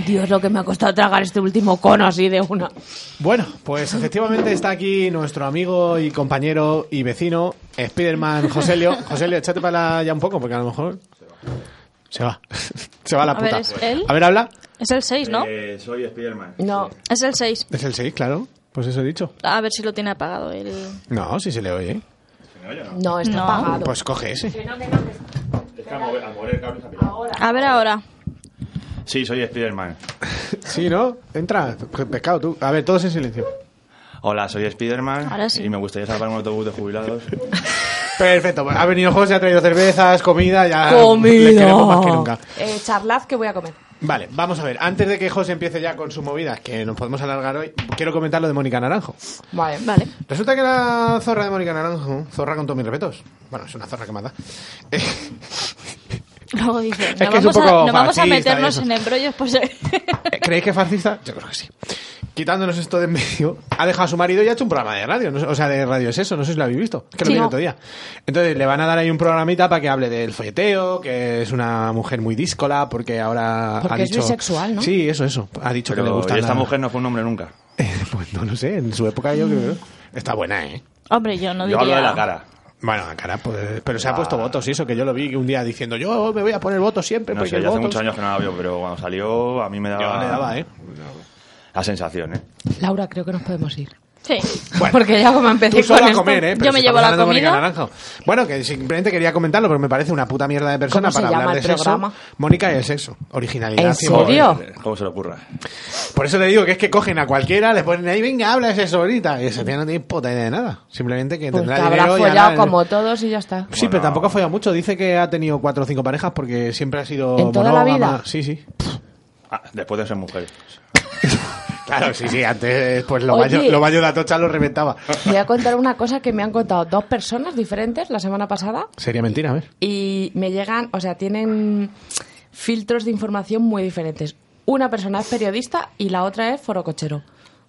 Dios, lo que me ha costado tragar este último cono así de una. Bueno, pues efectivamente está aquí nuestro amigo y compañero y vecino, Spiderman Joselio. Joselio, échate para allá un poco, porque a lo mejor. Se va. [laughs] Se va a la A ver, puta. ¿es él? A ver, habla. Es el 6, ¿no? Eh, soy Spiderman. No. Es el 6. Es el 6, claro. Pues eso he dicho. A ver si lo tiene apagado el... No, si se le oye. No, está No. apagado. Pues coge ese. Es que a mover, a mover el cable está pillado. A ver ahora. Sí, soy Spiderman. Sí, ¿no? Entra. Pe- Pescado tú. A ver, todos en silencio. Hola, soy Spiderman. Ahora sí. Y me gustaría salvar un autobús de jubilados. Perfecto. Bueno, ha venido José, ha traído cervezas, comida, ya. Le Comida. queremos más que nunca. Eh, charlad que voy a comer. Vale, vamos a ver. Antes de que José empiece ya con sus movidas, que nos podemos alargar hoy, quiero comentar lo de Mónica Naranjo. Vale. Vale. Resulta que la zorra de Mónica Naranjo, zorra con todos mis respetos. Bueno, es una zorra que [laughs] eh, mata. [laughs] Luego dice, que no, es un vamos, poco a, no vamos a fascista meternos eso. en pues, embrollos por ser... Eh, ¿Creéis que es fascista? Yo creo que sí. Quitándonos esto de en medio, ha dejado a su marido y ha hecho un programa de radio. no sé- o sea, de radio es eso, no sé si lo habéis visto. Es que lo Sí. vi el No. otro día. Entonces le van a dar ahí un programita para que hable del folleteo, que es una mujer muy díscola, porque ahora Porque ha es dicho. bisexual, ¿no? Sí, eso, eso. Ha dicho Pero que le gusta. y esta la- [laughs] mujer no fue un hombre nunca. pues no lo sé, en su época yo creo. que- Está buena, ¿eh? [laughs] Hombre, yo no Yo diría... hablo de la cara. Bueno, a cara, pues, pero se Ah. ha puesto votos y eso, que yo lo vi un día diciendo, yo me voy a poner votos siempre, No porque sé, el yo hace votos". muchos años que no la veo, pero cuando salió a mí me daba... Yo le [laughs] daba, ¿eh? La sensación, ¿eh? Laura, creo que nos podemos ir. Sí. [laughs] Bueno. Porque ya como [laughs] empecé Tú sola con a esto- comer, ¿eh? Pero Yo me si llevo estamos la hablando de Mónica comida. Naranjo. Bueno, que simplemente quería comentarlo porque me parece una puta mierda de persona ¿Cómo se para llama hablar de el sexo. programa? Mónica y el sexo. Originalidad. ¿En cien por serio? Joder, ¿Cómo se le ocurra? cien. Por eso te digo que es que cogen a cualquiera, le ponen ahí, venga, habla de sexo ahorita. Y ese tío no tiene puta idea de nada. Simplemente que Pues que tendrá habrá dinero y follado hará el- como todos y ya está. Sí, pero tampoco ha follado mucho. Dice que ha tenido cuatro o cinco parejas porque siempre ha sido ¿En toda la monógama. vida? Sí, [laughs] sí. Ah, después de ser mujer. Claro, sí, sí. Antes, pues lo Oye. baño, lo baño de Atocha lo reventaba. Voy a contar una cosa que me han contado dos personas diferentes la semana pasada Sería mentira, a ver. y me llegan, o sea, tienen filtros de información muy diferentes. Una persona es periodista y la otra es forocochero.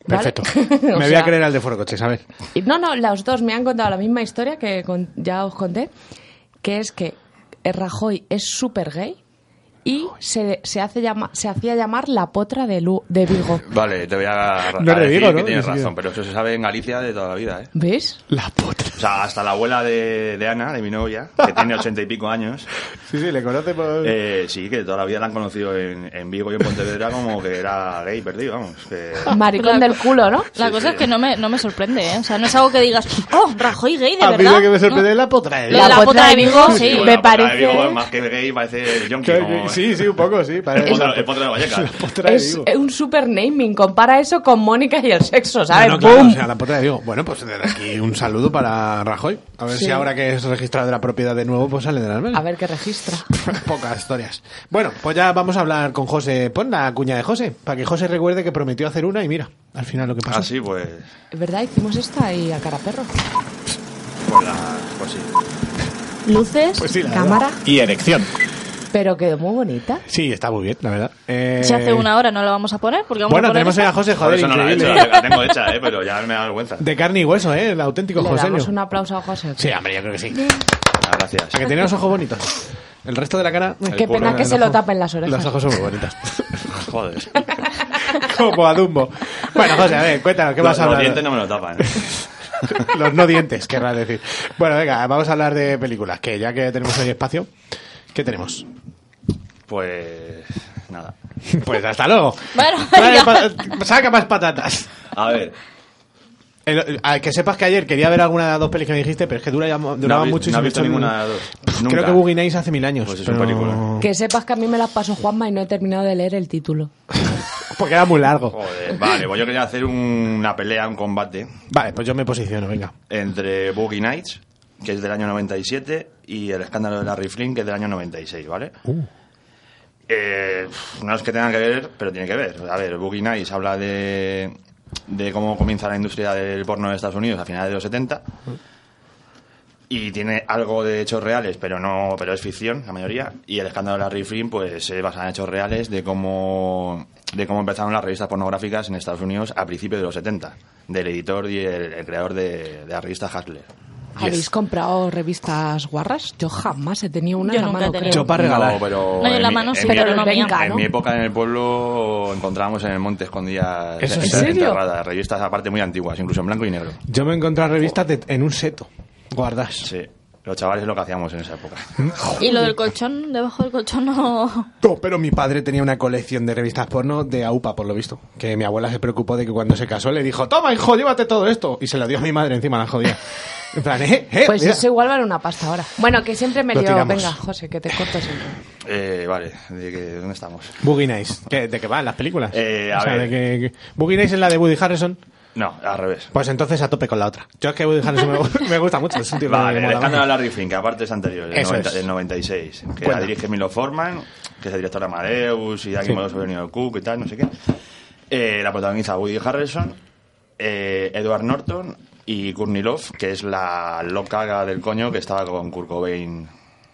¿vale? Perfecto. [laughs] O Me voy sea, a creer al de Foro Coches, a ver. y- No, no, los dos me han contado la misma historia que con- ya os conté, que es que Rajoy es súper gay y se, se, hace llama- se hacía llamar la potra de, Lu- de Vigo. Vale, te voy a, No a le decir digo, ¿no? que tienes Ni siquiera. razón, pero eso se sabe en Galicia de toda la vida, ¿eh? ¿Ves? [laughs] La potra. O sea, hasta la abuela de, de Ana, de mi novia, que [laughs] tiene ochenta y pico años, Sí, sí, le conoce por... eh, sí, que toda la vida la han conocido en, en Vigo y en Pontevedra como que era gay perdido, vamos. que- Maricón La- del culo, ¿no? La Sí, cosa sí. es que no me, no me sorprende, ¿eh? O sea, no es algo que digas, oh, Rajoy gay, de a mí verdad. lo Ah, que me sorprende No. es la potra. ¿eh? Lo de la potra de Vigo, sí. bueno, me la potra de parece- Vigo, más que gay parece yonki. como- Sí, sí, un poco, sí. El parece- potra, el potra de Vallecas. [laughs] La potra de Es Vigo. es un super naming. Compara eso con Mónica y el sexo, ¿sabes? No, no, claro, ¡Pum! o sea, la potra de Vigo. Bueno, pues desde aquí un saludo para Rajoy. A ver Sí. si ahora que es registrado de la propiedad de nuevo, pues sale de las A manos. ver qué registra. [laughs] Pocas historias. Bueno, pues ya vamos a hablar con José. Pon la cuña de José, para que José recuerde que prometió hacer una y mira, al final lo que pasó. Así [laughs] pues, ¿Verdad? Hicimos esta y a cara perro. pues, la- pues sí. Luces, Pues sí, la cámara, verdad. Y erección. pero quedó muy bonita. Sí, está muy bien, la verdad. Eh, Si hace una hora no lo vamos a poner, porque vamos Bueno, a poner tenemos ahí a José, Por joder, eso no la he hecho, increíble. la, la tengo hecha, ¿eh? Pero ya me da vergüenza. De carne y hueso, ¿eh? El auténtico Le José. damos un aplauso a José. Sí, hombre, yo creo que sí. Ah, gracias. O sea, que tenía los ojos bonitos. El resto de la cara. Qué culo, pena que el se lo ojo. tapen las orejas. Los ojos son muy bonitos. [laughs] Joder. Como a Dumbo. Bueno, José, a ver, cuéntanos, ¿qué Los- vas a Los hablar? dientes no me lo tapan. [laughs] Los no dientes, querrás decir. Bueno, venga, vamos a hablar de películas, que ya que tenemos hoy espacio, ¿qué tenemos? Pues nada. Pues hasta luego. Bueno, Trae venga. pa- saca más patatas. A ver. El- a que sepas que ayer quería ver alguna de las dos pelis que me dijiste, pero es que dura, duraba No he visto- mucho y no se he me visto echó el- ninguna de las dos. Pff, Nunca. Creo que Boogie Nights hace mil años. Pues es pero- un película. Que sepas que a mí me las pasó Juanma y no he terminado de leer el título. Porque era muy largo. Joder. Vale, pues yo quería hacer un- una pelea, un combate Vale, pues yo me posiciono, venga. entre Boogie Nights, que es del año 97, y El escándalo de Larry Flynn, que es del año 96, ¿vale? Uh. Eh, no es que tengan que ver, pero tiene que ver. A ver, Boogie Nights habla de, de cómo comienza la industria del porno de Estados Unidos a finales de los 70. Y tiene algo de hechos reales, pero no pero es ficción, la mayoría. Y el escándalo de Larry Flynn, pues se basa en hechos reales de cómo, de cómo empezaron las revistas pornográficas en Estados Unidos a principios de los 70, del editor y el, el creador de, de la revista Hustler. ¿Habéis comprado revistas guarras? Yo jamás he tenido una Yo en la nunca he mano, tenido creo. Yo para regalar. No, pero No, yo en la mi- mano en mi- sí, pero no mía. En ¿no? mi época en el pueblo encontrábamos en el monte escondidas Eso en- sí. en- ¿En serio? enterradas, revistas aparte muy antiguas, incluso en blanco y negro. Yo me encontré revistas de- en un seto. Guardas. Sí, los chavales es lo que hacíamos en esa época. Y lo del colchón, debajo del colchón no... No, pero mi padre tenía una colección de revistas porno de AUPA, por lo visto. Que mi abuela se preocupó de que cuando se casó le dijo, toma, hijo, llévate todo esto. Y se lo dio a mi madre encima, la jodía. En plan, eh, eh, Pues mira. eso igual vale una pasta ahora. Bueno, que siempre me Lo lío. tiramos. Venga, José, que te corto siempre. Eh, vale, de que- ¿dónde estamos? Boogie Nights. ¿Qué- ¿De qué van las películas? Eh, a O sea, ver. de que- que- Boogie Nights es la de Woody Harrison. No, al revés. Pues entonces a tope con la otra. Yo es que Woody Harrison me, [laughs] me gusta mucho. Es un tío que Vale, me el mola escándalo de mucho. Larry Fink, que aparte es anterior, del, Eso 90 es. del 96, que Cuenta. la dirige Milo Forman, que es el director de Amadeus y de Sí. Aquí hemos venido el Cook y tal, no sé qué. Eh, la protagoniza Woody Harrelson, eh, Edward Norton y Courtney Love, que es la loca del coño que estaba con Kurt Cobain.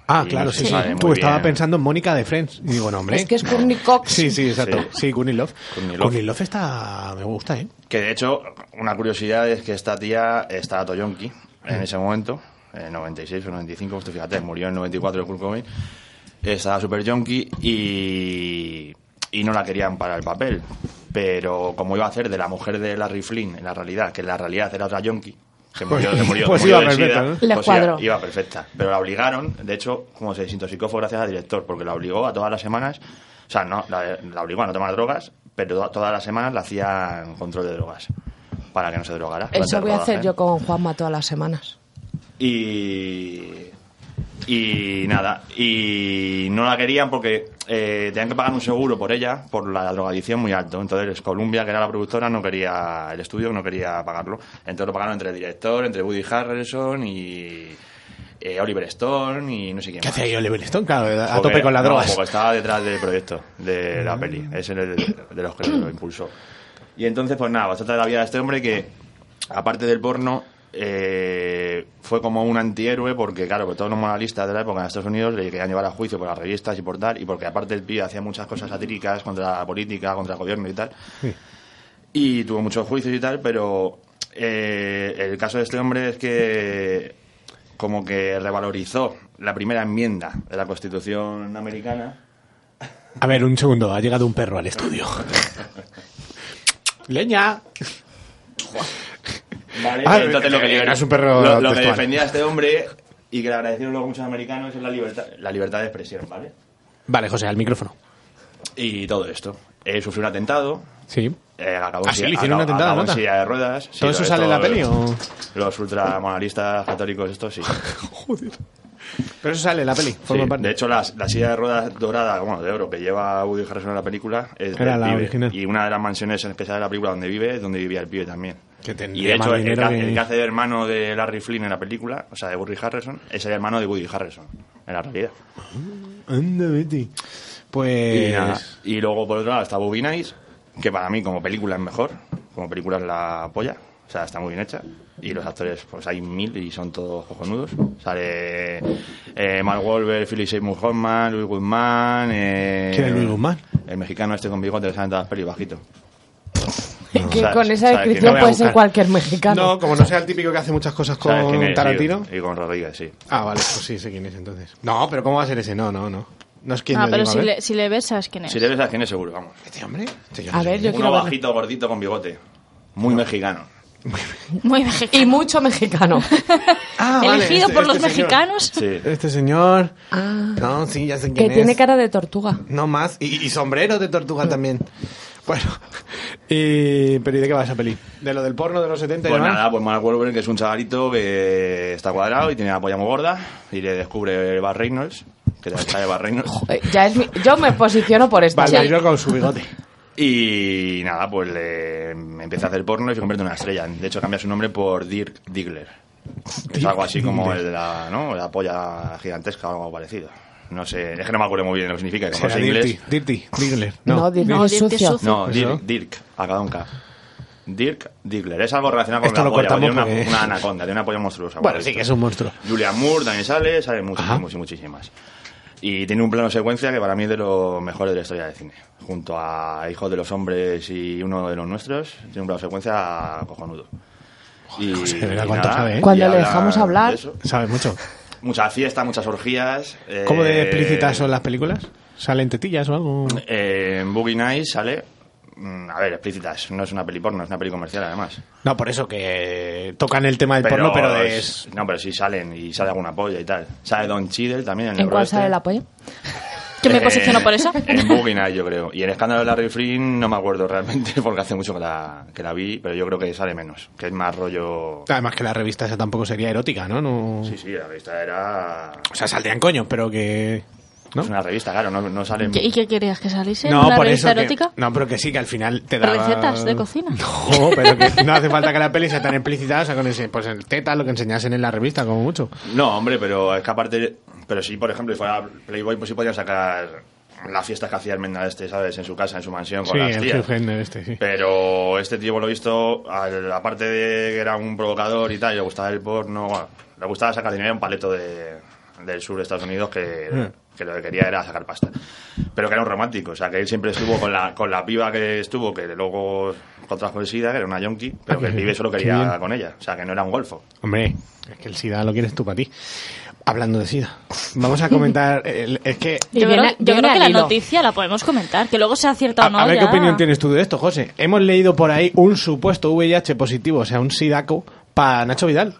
Ah, Y claro, no se sí, sí. sabe muy Pues estaba bien. pensando en Mónica de Friends. Y digo, no, hombre. Es que es Courtney Cox. Sí, sí, exacto. Sí. Sí, Courtney Love. Courtney Love. Courtney Love está... Me gusta, ¿eh? Que de hecho, una curiosidad es que esta tía estaba Toyonki en ese momento, en 96 o 95, usted fíjate, murió en 94 el Kurt Cobain. Estaba super yonki y, y no la querían para el papel. Pero como iba a hacer de la mujer de Larry Flynn en la realidad, que en la realidad era otra yonki, se murió, se murió, Pues se murió iba de perfecta, sida, ¿no? Le iba- cuadró. iba perfecta. Pero la obligaron, de hecho, como se desintoxicó fue gracias al director, porque la obligó a todas las semanas, o sea, no, la, la obligó a no tomar drogas, pero to- todas las semanas le hacían control de drogas para que no se drogara. durante Eso el voy a hacer eh. rodaje. yo con Juanma todas las semanas. Y. Y nada, y no la querían porque eh, tenían que pagar un seguro por ella, por la drogadicción muy alto. Entonces Columbia, que era la productora, no quería, el estudio no quería pagarlo. Entonces lo pagaron entre el director, entre Woody Harrelson y eh, Oliver Stone y no sé quién ¿Qué más. hace ahí Oliver Stone? Claro, a Porque- tope con las no, drogas. Mm. porque estaba detrás del proyecto, de la peli. Es el de los que lo impulsó. Y entonces, pues nada, bastante de la vida de este hombre que, aparte del porno, eh, fue como un antihéroe porque, claro, que todos los moralistas de la época en Estados Unidos le querían llevar a juicio por las revistas y por tal, y porque aparte el pibe hacía muchas cosas satíricas contra la política, contra el gobierno y tal. Y tuvo muchos juicios y tal, pero eh, el caso de este hombre es que como que revalorizó la primera enmienda de la Constitución americana. A ver, un segundo, ha llegado un perro al estudio. [laughs] Leña. ¿vale? Ah, Entonces lo que, eh, liber- eras un perro lo- lo que textual. defendía este hombre y que le agradecieron luego muchos americanos es la libertad, la libertad de expresión, ¿vale? Vale, José, al micrófono. Y todo esto. Eh, sufrió un atentado. Sí. eh, acabó en Ah, sí, silla- le hicieron un acabó- atentado, acabó en nota. silla de ruedas. Sí, ¿Todo eso sale en la esto- peli o...? Los ultramonalistas católicos, estos sí. Pero eso sale en la peli. Forma Sí, parte. de hecho, la, la silla de ruedas dorada, bueno, de oro, que lleva Woody Harrelson en la película, es Era del la pibe. original. Y una de las mansiones en que sale la película donde vive es donde vivía el pibe también. Que tendría y de más hecho, el que, dinero hace- que- el que hace de hermano de Larry Flynn en la película, o sea, de Woody Harrelson, es el hermano de Woody Harrelson, en la realidad. Anda, Betty. Pues... Y, nada. Eh, Y luego, por otro lado, está Boogie Nights, que para mí, como película, es mejor. Como película es la polla. O sea, está muy bien hecha. Y los actores, pues hay mil y son todos cojonudos. Sale eh, Mark Wahlberg, Philip Seymour Hoffman, Luis Guzmán... Eh, ¿Quién es Luis Guzmán? El mexicano este con bigote que sale en todas las pelis bajito. que sabes- con sabes esa que no descripción voy a puede ser buscar. cualquier mexicano. No, como no sea el típico que hace muchas cosas ¿Sabes quién con es? Tarantino. Y, y con Rodríguez, sí. Ah, vale, pues sí, sé quién es entonces. No, pero ¿cómo va a ser ese? No, no, no. No es quien Ah, yo pero digo, si a ver. le, si le besas, ¿quién es? Si le ves a quién es seguro, vamos. Este hombre... Este yo no A sé ver, quién yo es. quiero Uno ver. bajito, gordito, con bigote. Muy mexicano. Muy mexicano. Y [laughs] mucho mexicano. Ah, vale, Elegido este- por este los señor. mexicanos. Sí. Este señor... Ah. No, sí, ya sé que quién es. tiene cara de tortuga. No más. Y, y sombrero de tortuga también. Bueno. Y, ¿Pero y de qué va esa peli? ¿De lo del porno de los 70 y Pues demás? nada, pues Mark Wahlberg, que es un chavalito que está cuadrado y tiene la polla muy gorda, y le descubre Bar Reynolds, que la está de Bar [laughs] Reynolds. Eh, Ya es mi- Yo me posiciono por esta. Vale, Sí. yo con su bigote. Y nada, pues le empieza a hacer porno y se convierte en una estrella. De hecho, cambia su nombre por Dirk Diggler. Es algo así como el de la, ¿no? la polla gigantesca o algo parecido. No sé, es que no me acuerdo muy bien lo que significa, [laughs] como no Será sé inglés. Dirty. Dirty. Diggler. No, di- no, Dirty es sucio. sucio. No, Eso. Dirk, Dirk, acá un K. Dirk Diggler, es algo relacionado con Esto la lo polla, cortamos tiene una, porque- una anaconda, tiene una polla monstruosa. Bueno, por sí, esto. que es un monstruo. Julia Moore también sale, sale Ajá. muchísimas y muchísimas. Y tiene un plano secuencia que para mí es de lo mejor de la historia del cine. Junto a Hijos de los Hombres y uno de los nuestros, tiene un plano secuencia cojonudo. Y, José, de verdad, y ¿cuánto nada, sabe, eh? y Cuando le habla dejamos de hablar. eso. Sabes mucho. Muchas fiestas, muchas orgías. ¿Cómo de eh, explícitas son las películas? ¿Salen tetillas o algo? Eh, en Boogie Nights sale. mm, A ver, explícitas. No es una peli porno, es una peli comercial además. No, por eso que tocan el tema del porno, pero de... es- No, pero sí salen y sale alguna polla y tal. Sale Don Cheadle también. El ¿En negro cuál este. sale la polla? Yo me Eh, posiciono por eso. En Boogie Nights, yo creo. Y el escándalo de Larry Flynn no me acuerdo realmente [laughs] porque hace mucho que la, que la vi, pero yo creo que sale menos. Que es más rollo. Además que la revista esa tampoco sería erótica, ¿no? no... Sí, sí, la revista era. O sea, saldrían coños, pero que... ¿No? Es una revista, claro, no, no sale. ¿Y qué querías que saliese? No, ¿Una por revista eso que- erótica? no, pero que sí, que al final te da... ¿Recetas de cocina? [laughs] No, pero que no hace falta que la peli sea tan explícita, o sea, con ese, pues el teta, lo que enseñasen en la revista, como mucho. No, hombre, pero es que aparte. Pero sí, por ejemplo, si fuera Playboy, pues sí podía sacar las fiestas que hacía Almendra este, ¿sabes? En su casa, en su mansión, con Sí, las el tías. Hugh Hefner este, sí. Pero este tío, por lo visto, al- aparte de que era un provocador y tal, y le gustaba el porno, bueno, le gustaba sacar dinero a un paleto de- del sur de Estados Unidos que, Hmm. que lo que quería era sacar pasta. Pero que era un romántico, o sea, que él siempre estuvo con la, con la piba que estuvo, que luego contrajo el SIDA, que era una yonki, pero [laughs] que el pibe solo quería bien. con ella, o sea, que no era un golfo. Hombre, es que el SIDA lo quieres tú para ti. Hablando de SIDA, vamos a comentar. el- es que. Y Yo creo, viene- yo creo viene que al la hilo. noticia la podemos comentar, que luego sea cierta A, o no. a ver ya. qué opinión tienes tú de esto, José. Hemos leído por ahí un supuesto VIH positivo, o sea, un SIDACO, para Nacho Vidal.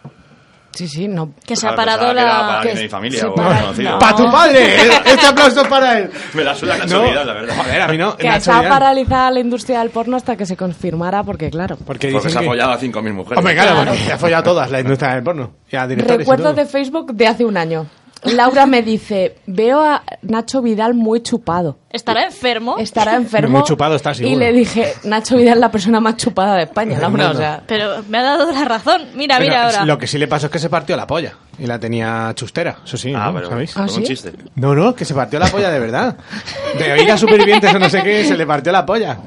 Sí, sí, no. Que se ha Claro, pensaba parado que era la... para que alguien de mi familia se o para- conocido. no. ¡Para tu padre! [laughs] Este aplauso es para él. Me la suda la No. Navidad, la verdad. Joder, a mí no. Que Nacho estaba Vidal. paralizada la industria del porno hasta que se confirmara, porque claro. Porque, Porque dicen se ha que- Oh apoyado a 5.000 mujeres. Hombre, claro, porque se ha follado a todas la industria del porno. Y a directores y Recuerdos todo. de Facebook de hace un año. Laura me dice, veo a Nacho Vidal muy chupado. ¿Estará enfermo? Estará enfermo. Muy chupado está, seguro. Y le dije, Nacho Vidal es la persona más chupada de España, Laura. O sea, Pero me ha dado la razón. Mira, Pero mira ahora. Lo que sí le pasó es que se partió la polla. Y la tenía chustera, eso sí, Ah, ¿no? pero ¿sabéis? fue ¿Ah, un sí? chiste. No, no, que se partió la polla de verdad. De oír a supervivientes o no sé qué, se le partió la polla.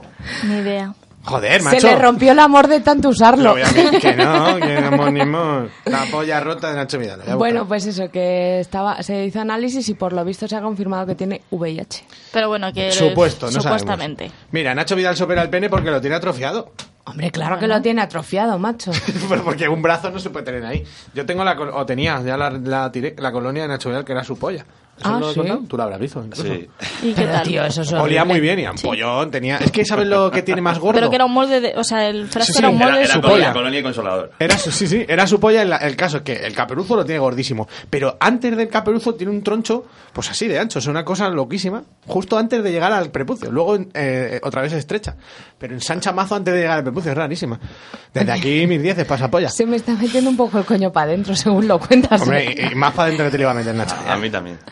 Ni idea. Joder, macho. se le rompió el amor de Pero tanto usarlo. obviamente que no, que no [laughs] monimos. La polla rota de Nacho Vidal. Ya Bueno, buscaré. pues eso, que estaba, se hizo análisis y por lo visto se ha confirmado que tiene VIH. Pero bueno, que... Supuesto, no sabemos. pues, Supuestamente. Mira, Nacho Vidal supera el pene porque lo tiene atrofiado. [laughs] Hombre, claro que lo tiene atrofiado, [laughs] macho. Pero porque un brazo no se puede tener ahí. Yo tengo la... col- O tenía, ya la, la tiré, la colonia de Nacho Vidal que era su polla. ¿Eso Ah, no lo he ¿sí? contado? Tú la habrás visto. incluso. Sí. ¿Y qué Pero, tal? tío, eso es Olía horrible. muy bien y a un pollón tenía... Es que ¿sabes lo que tiene más gordo? [laughs] Pero que era un molde de... O sea, el frasco Sí, sí, era un molde Era, de era su colonia- polla. colonia y consolador. Era su, sí, sí, era su polla. El, el caso es que el caperuzo lo tiene gordísimo. Pero antes del caperuzo tiene un troncho, pues así de ancho. Es una cosa loquísima. Justo antes de llegar al prepucio. Luego eh, otra vez estrecha. Pero ensancha mazo antes de llegar al prepucio. Es rarísima. Desde [laughs] aquí mis 10 pasa polla. Se me está metiendo un poco el coño para adentro, según lo cuentas. Hombre, y, y más para adentro que te lo iba a meter Nacho. A mí también. [laughs]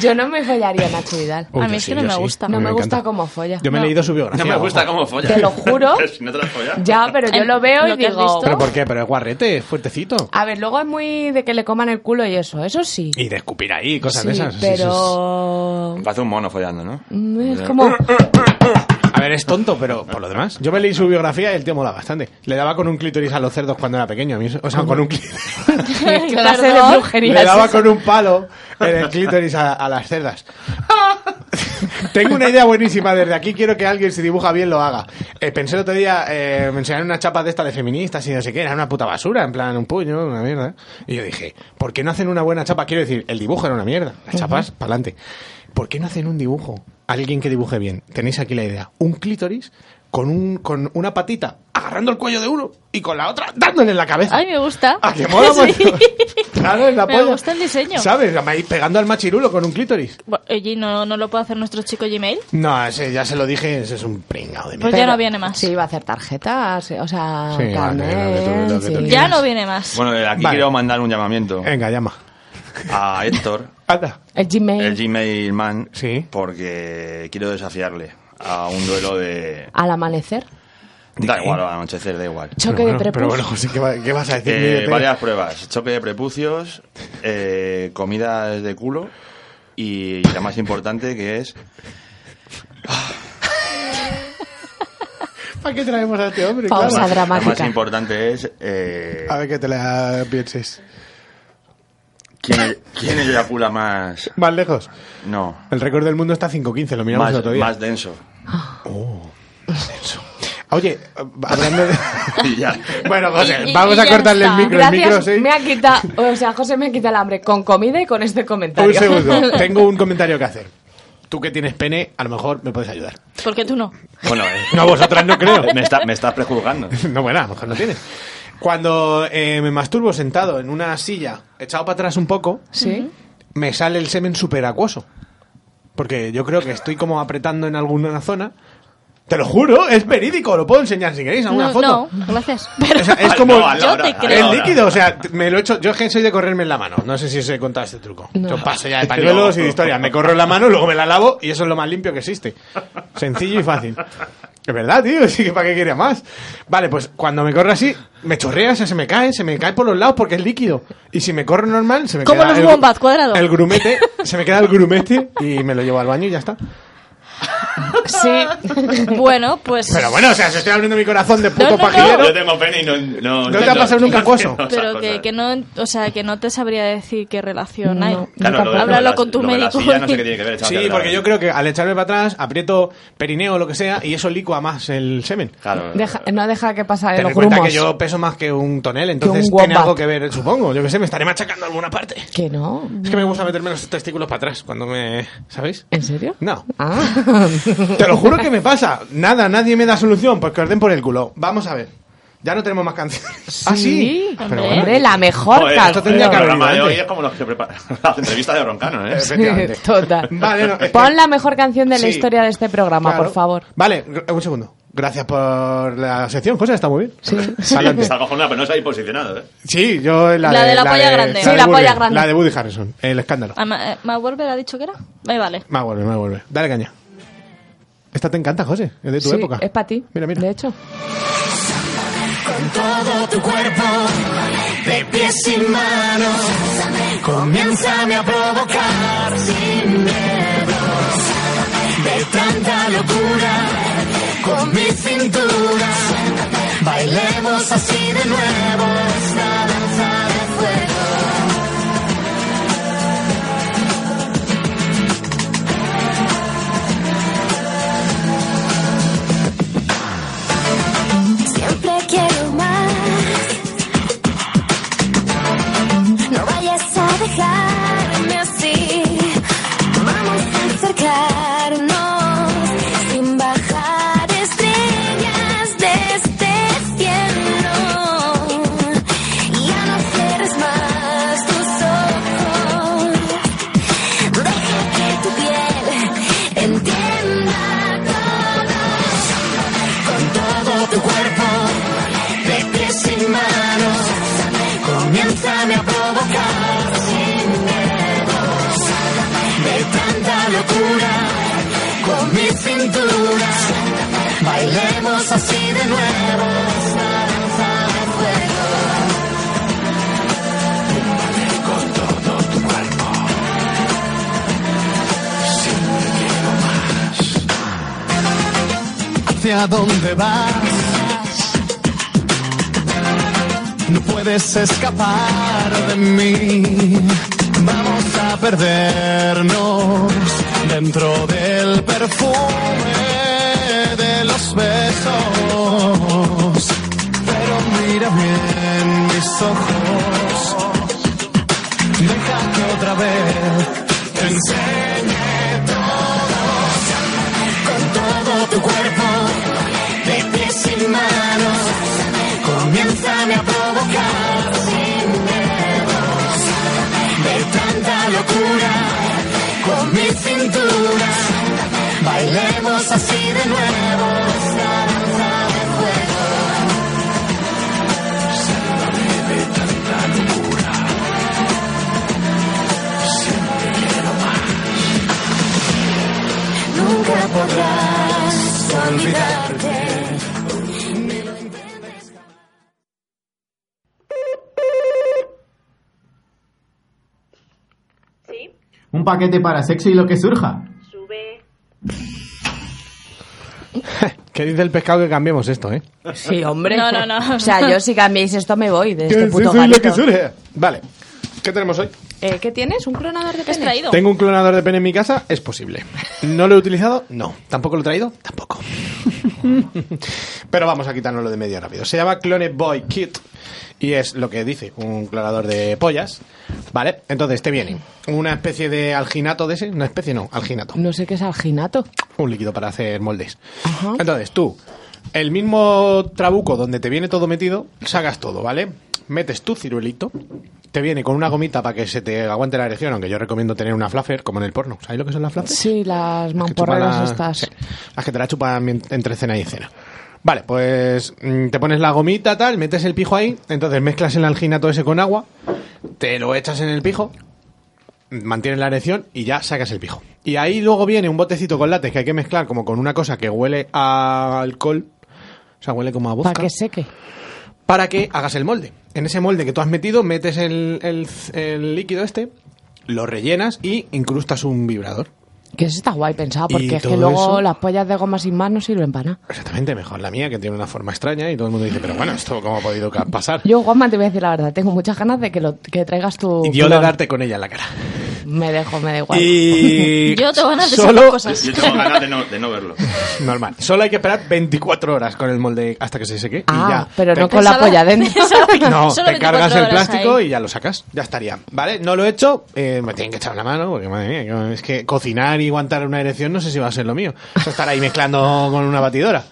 Yo no me follaría a Nacho Vidal. Uy, A mí yo es que sí, no yo me sí. gusta. No me gusta encanta. cómo folla. Yo me he No. leído su biografía. No me gusta ojo. cómo follas. Te lo juro. [laughs] Pero si no te lo has follado. Ya, pero yo En- lo veo lo y que has digo... visto. ¿Pero por qué? Pero es guarrete, es fuertecito. A ver, luego es muy de que le coman el culo y eso, eso sí. Y de escupir ahí, cosas Sí, de esas. Sí, sí, sí. pero... Parece un mono follando, ¿no? Mm, Es [laughs] como... [laughs] A ver, es tonto, pero por lo demás. Yo me leí su biografía y el tío mola bastante. Le daba con un clítoris a los cerdos cuando era pequeño. a mí eso- o sea, con un clítoris. ¿Qué clase Perdón. de brujería Le es [laughs] daba esa? con un palo en el clítoris a, a las cerdas. Tengo una idea buenísima. Desde aquí quiero que alguien, si dibuja bien, lo haga. Eh, pensé el otro día, eh, me enseñaron una chapa de esta de feministas y no sé qué. Era una puta basura, en plan un puño, una mierda. Y yo dije, ¿por qué no hacen una buena chapa? Quiero decir, el dibujo era una mierda. Las chapas, para adelante. ¿Por qué no hacen un dibujo? Alguien que dibuje bien. Tenéis aquí la idea. Un clítoris con, un, con una patita agarrando el cuello de uno y con la otra dándole en la cabeza. Ay, me gusta. ¿A Ah, [laughs] que mola, Sí. mola? Claro, es la Me polla. gusta el diseño. ¿Sabes? Ahí Pegando al machirulo con un clítoris. Bueno, Oye, ¿no, ¿no lo puede hacer nuestro chico Gmail? No, ese ya se lo dije, ese es un pringao de Pues mierda. ya no viene más. Sí, iba a hacer tarjetas, o sea, Sí, vale, lo carnet, que tú- lo que tú sí. Ya no viene más. Bueno, de aquí Vale. quiero mandar un llamamiento Venga, llama. a Héctor, Anda. El Gmail. el Gmail man, Sí. porque quiero desafiarle a un duelo de... Al amanecer. Da igual, al anochecer, da igual. Choque Pero bueno, Pero de prepucio. bueno, [laughs] José, ¿qué, va- qué vas a decir? Eh, Ni de pe- varias pruebas, choque de prepucios, eh, comidas de culo y la más importante que es... ¿Para qué traemos a este hombre? Pausa Claro. La más dramática. importante es... eh, A ver que te la pienses. ¿quién, ¿Quién eyacula más? Más lejos. No, El récord del mundo está a 5.15, lo miramos más, el otro día. más denso. Oye, hablando de... [laughs] Y ya. Bueno, José, Y- y- vamos y a ya cortarle el está. micro. Gracias, el micro, sí. me ha quitado, o sea, José me ha quitado el hambre con comida y con este comentario. Un segundo, [laughs] tengo un comentario que hacer. Tú que tienes pene, a lo mejor me puedes ayudar. ¿Por qué tú no? Bueno, eh, No, vosotras no creo. [laughs] me, está, me estás prejuzgando. No, bueno, a lo mejor no tienes. Cuando eh, me masturbo sentado en una silla, echado para atrás un poco, Sí. me sale el semen súper acuoso. Porque yo creo que estoy como apretando en alguna zona. Te lo juro, es verídico, lo puedo enseñar si queréis, a una no, foto. no, gracias. [laughs] Pero O sea, es Al- como Ah, [laughs] no, al- Yo ahora, te al- creo. el ahora. líquido, o sea, t- me lo he hecho, yo es que soy de correrme en la mano, no sé si os he contado este truco. No. Yo paso [laughs] ya de pañuelos y de historia, me corro en la mano, luego me la lavo y eso es lo más limpio que existe. Sencillo y fácil. Es verdad, tío, sí que para qué quería más. Vale, pues cuando me corro así, me chorrea, o sea, se me cae, se me cae por los lados porque es líquido. Y si me corro normal, se me Como queda los el- Wombat, cuadrado. El grumete, se me queda el grumete y me lo llevo al baño y ya está. Sí. Bueno, pues. Pero bueno, o sea, se estoy abriendo mi corazón de puto No, no, no. pajillero. Yo tengo pene y no... ¿No, ¿No te ha pasado nunca acoso? no, esas Pero que, cosas. que no, o sea, que no te sabría decir qué relación hay. No. Claro, lo de- Háblalo lo de la- con tu lo de la médico. silla no [laughs] sé qué tiene que ver, chaval, Sí, que hablaba. porque yo creo que al echarme para atrás aprieto perineo o lo que sea y eso licua más el semen. Claro. [laughs] Deja- no deja que pasa de Ten Eh, los en cuenta grumos. que yo peso más que un tonel, entonces un tiene wombat. algo que ver, supongo. Yo que sé, me estaré machacando alguna parte. Que no. Es que me Mm. gusta meterme los testículos para atrás cuando me... ¿Sabéis? ¿En serio? No. Ah. Te lo [laughs] juro que me pasa. Nada, nadie me da solución, pues que os den por el culo. Vamos a ver. Ya no tenemos más canciones. [laughs] Ah, sí. Pero bueno. Hombre, la mejor Joder, esto tendría canción. el que haber programa ido de Ah, hoy antes. es como los que preparan [laughs] la entrevista de Broncano, ¿eh? Efectivamente. [laughs] Total. [laughs] Vale, no, es que- Pon la mejor canción de la Sí. historia de este programa, Claro. por favor. Vale, gr- un segundo. Gracias por la sección, José, está muy bien. [laughs] Sí. Sí, [laughs] Adelante. está cojonada, pero no se ha posicionado, ¿eh? Sí, yo la, La de la polla grande. Sí, de la Woody- polla grande. La de Woody Harrison, el escándalo. Ah, Ma- eh, ¿Ma Wolver ha dicho que era? Me vale. Me vuelve, me vuelve. Dale caña. Esta te encanta, José, es de tu Sí, época. Es para ti. Mira, mira. De hecho. Todo tu cuerpo, de pies y manos, comiénzame a provocar sin miedo. De tanta locura, con mi cintura, bailemos así de nuevo esta danza de fuego. Siempre quiero más. No vayas a dejarme así. Vamos a acercarnos sin bajar estrellas de este cielo. Ya no cierres más tus ojos. Deja que tu piel entienda con todo tu cuerpo, de pies y manos. Comiénzame a provocar sin miedo. De tanta locura, con mi cintura, bailemos así de nuevo. esta danza de fuego. Con todo tu cuerpo, siempre quiero más. ¿Hacia dónde vas? No puedes escapar de mí. Vamos a perdernos dentro del perfume de los besos. Pero mira bien mis ojos. Deja que otra vez te enseñe con todo tu cuerpo, de pies y manos. Comiénzame a provocar sin miedo, de tanta locura, con mi cintura. Bailemos así de nuevo esta danza de fuego. Sálvame de tanta locura, siempre quiero más nunca podrás olvidarte. Un paquete para sexo y lo que surja. ¿Qué dice el pescado que cambiemos esto, eh? Sí, hombre. No, no, no. O sea, yo si cambiáis esto me voy de este Sí, puto sí, lo garito. que surge. Vale. ¿Qué tenemos hoy? Eh, ¿Qué tienes? ¿Un clonador de pene? traído? ¿Tengo un clonador de pene en mi casa? Es posible. ¿No lo he utilizado? No. ¿Tampoco lo he traído? Tampoco. Pero vamos a quitárnoslo de medio rápido. Se llama Clone Boy Kit y es lo que dice, un clonador de pollas. ¿Vale? Entonces te viene una especie de alginato de ese. Una especie no, alginato. No sé qué es alginato. Un líquido para hacer moldes. Entonces tú, el mismo trabuco donde te viene todo metido, sacas todo, ¿vale? Metes tu ciruelito, te viene con una gomita para que se te aguante la erección, aunque yo recomiendo tener una fluffer, como en el porno. ¿Sabes lo que son las fluffers? Sí, las mamporreras chupan la- estas. sí, las que te la chupan mien- entre cena y cena. Vale, pues mm, te pones la gomita, tal, metes el pijo ahí, entonces mezclas el alginato ese con agua, te lo echas en el pijo, mantienes la erección y ya sacas el pijo. Y ahí luego viene un botecito con látex que hay que mezclar como con una cosa que huele a alcohol, o sea, huele como a vodka. Para que seque. Para que hagas el molde. En ese molde que tú has metido, metes el, el- el líquido este, lo rellenas y incrustas un vibrador. Que eso está guay pensado, porque es que todo luego eso? las pollas de goma sin más no sirven para nada. Exactamente, mejor la mía, que tiene una forma extraña y todo el mundo dice, pero bueno, ¿esto cómo ha podido ca- pasar? Yo, Juanma, te voy a decir la verdad. Tengo muchas ganas de que, lo, que traigas tu... Y yo de clon. darte con ella en la cara. Me dejo, me da igual. Y Yo tengo ganas de solo, sacar cosas. Yo tengo ganas de no, de no verlo. normal, solo hay que esperar 24 horas con el molde hasta que se seque y [laughs] Ah, ya. pero Te- no con la Pensaba- polla dentro. [laughs] pensaba [laughs] que- No, solo te 24 cargas el horas plástico ahí. y ya lo sacas. Ya estaría. ¿Vale? No lo he hecho. eh, me tienen que echar la mano porque, madre mía, es que cocinar y aguantar una erección no sé si va a ser lo mío. Eso estar ahí mezclando con una batidora.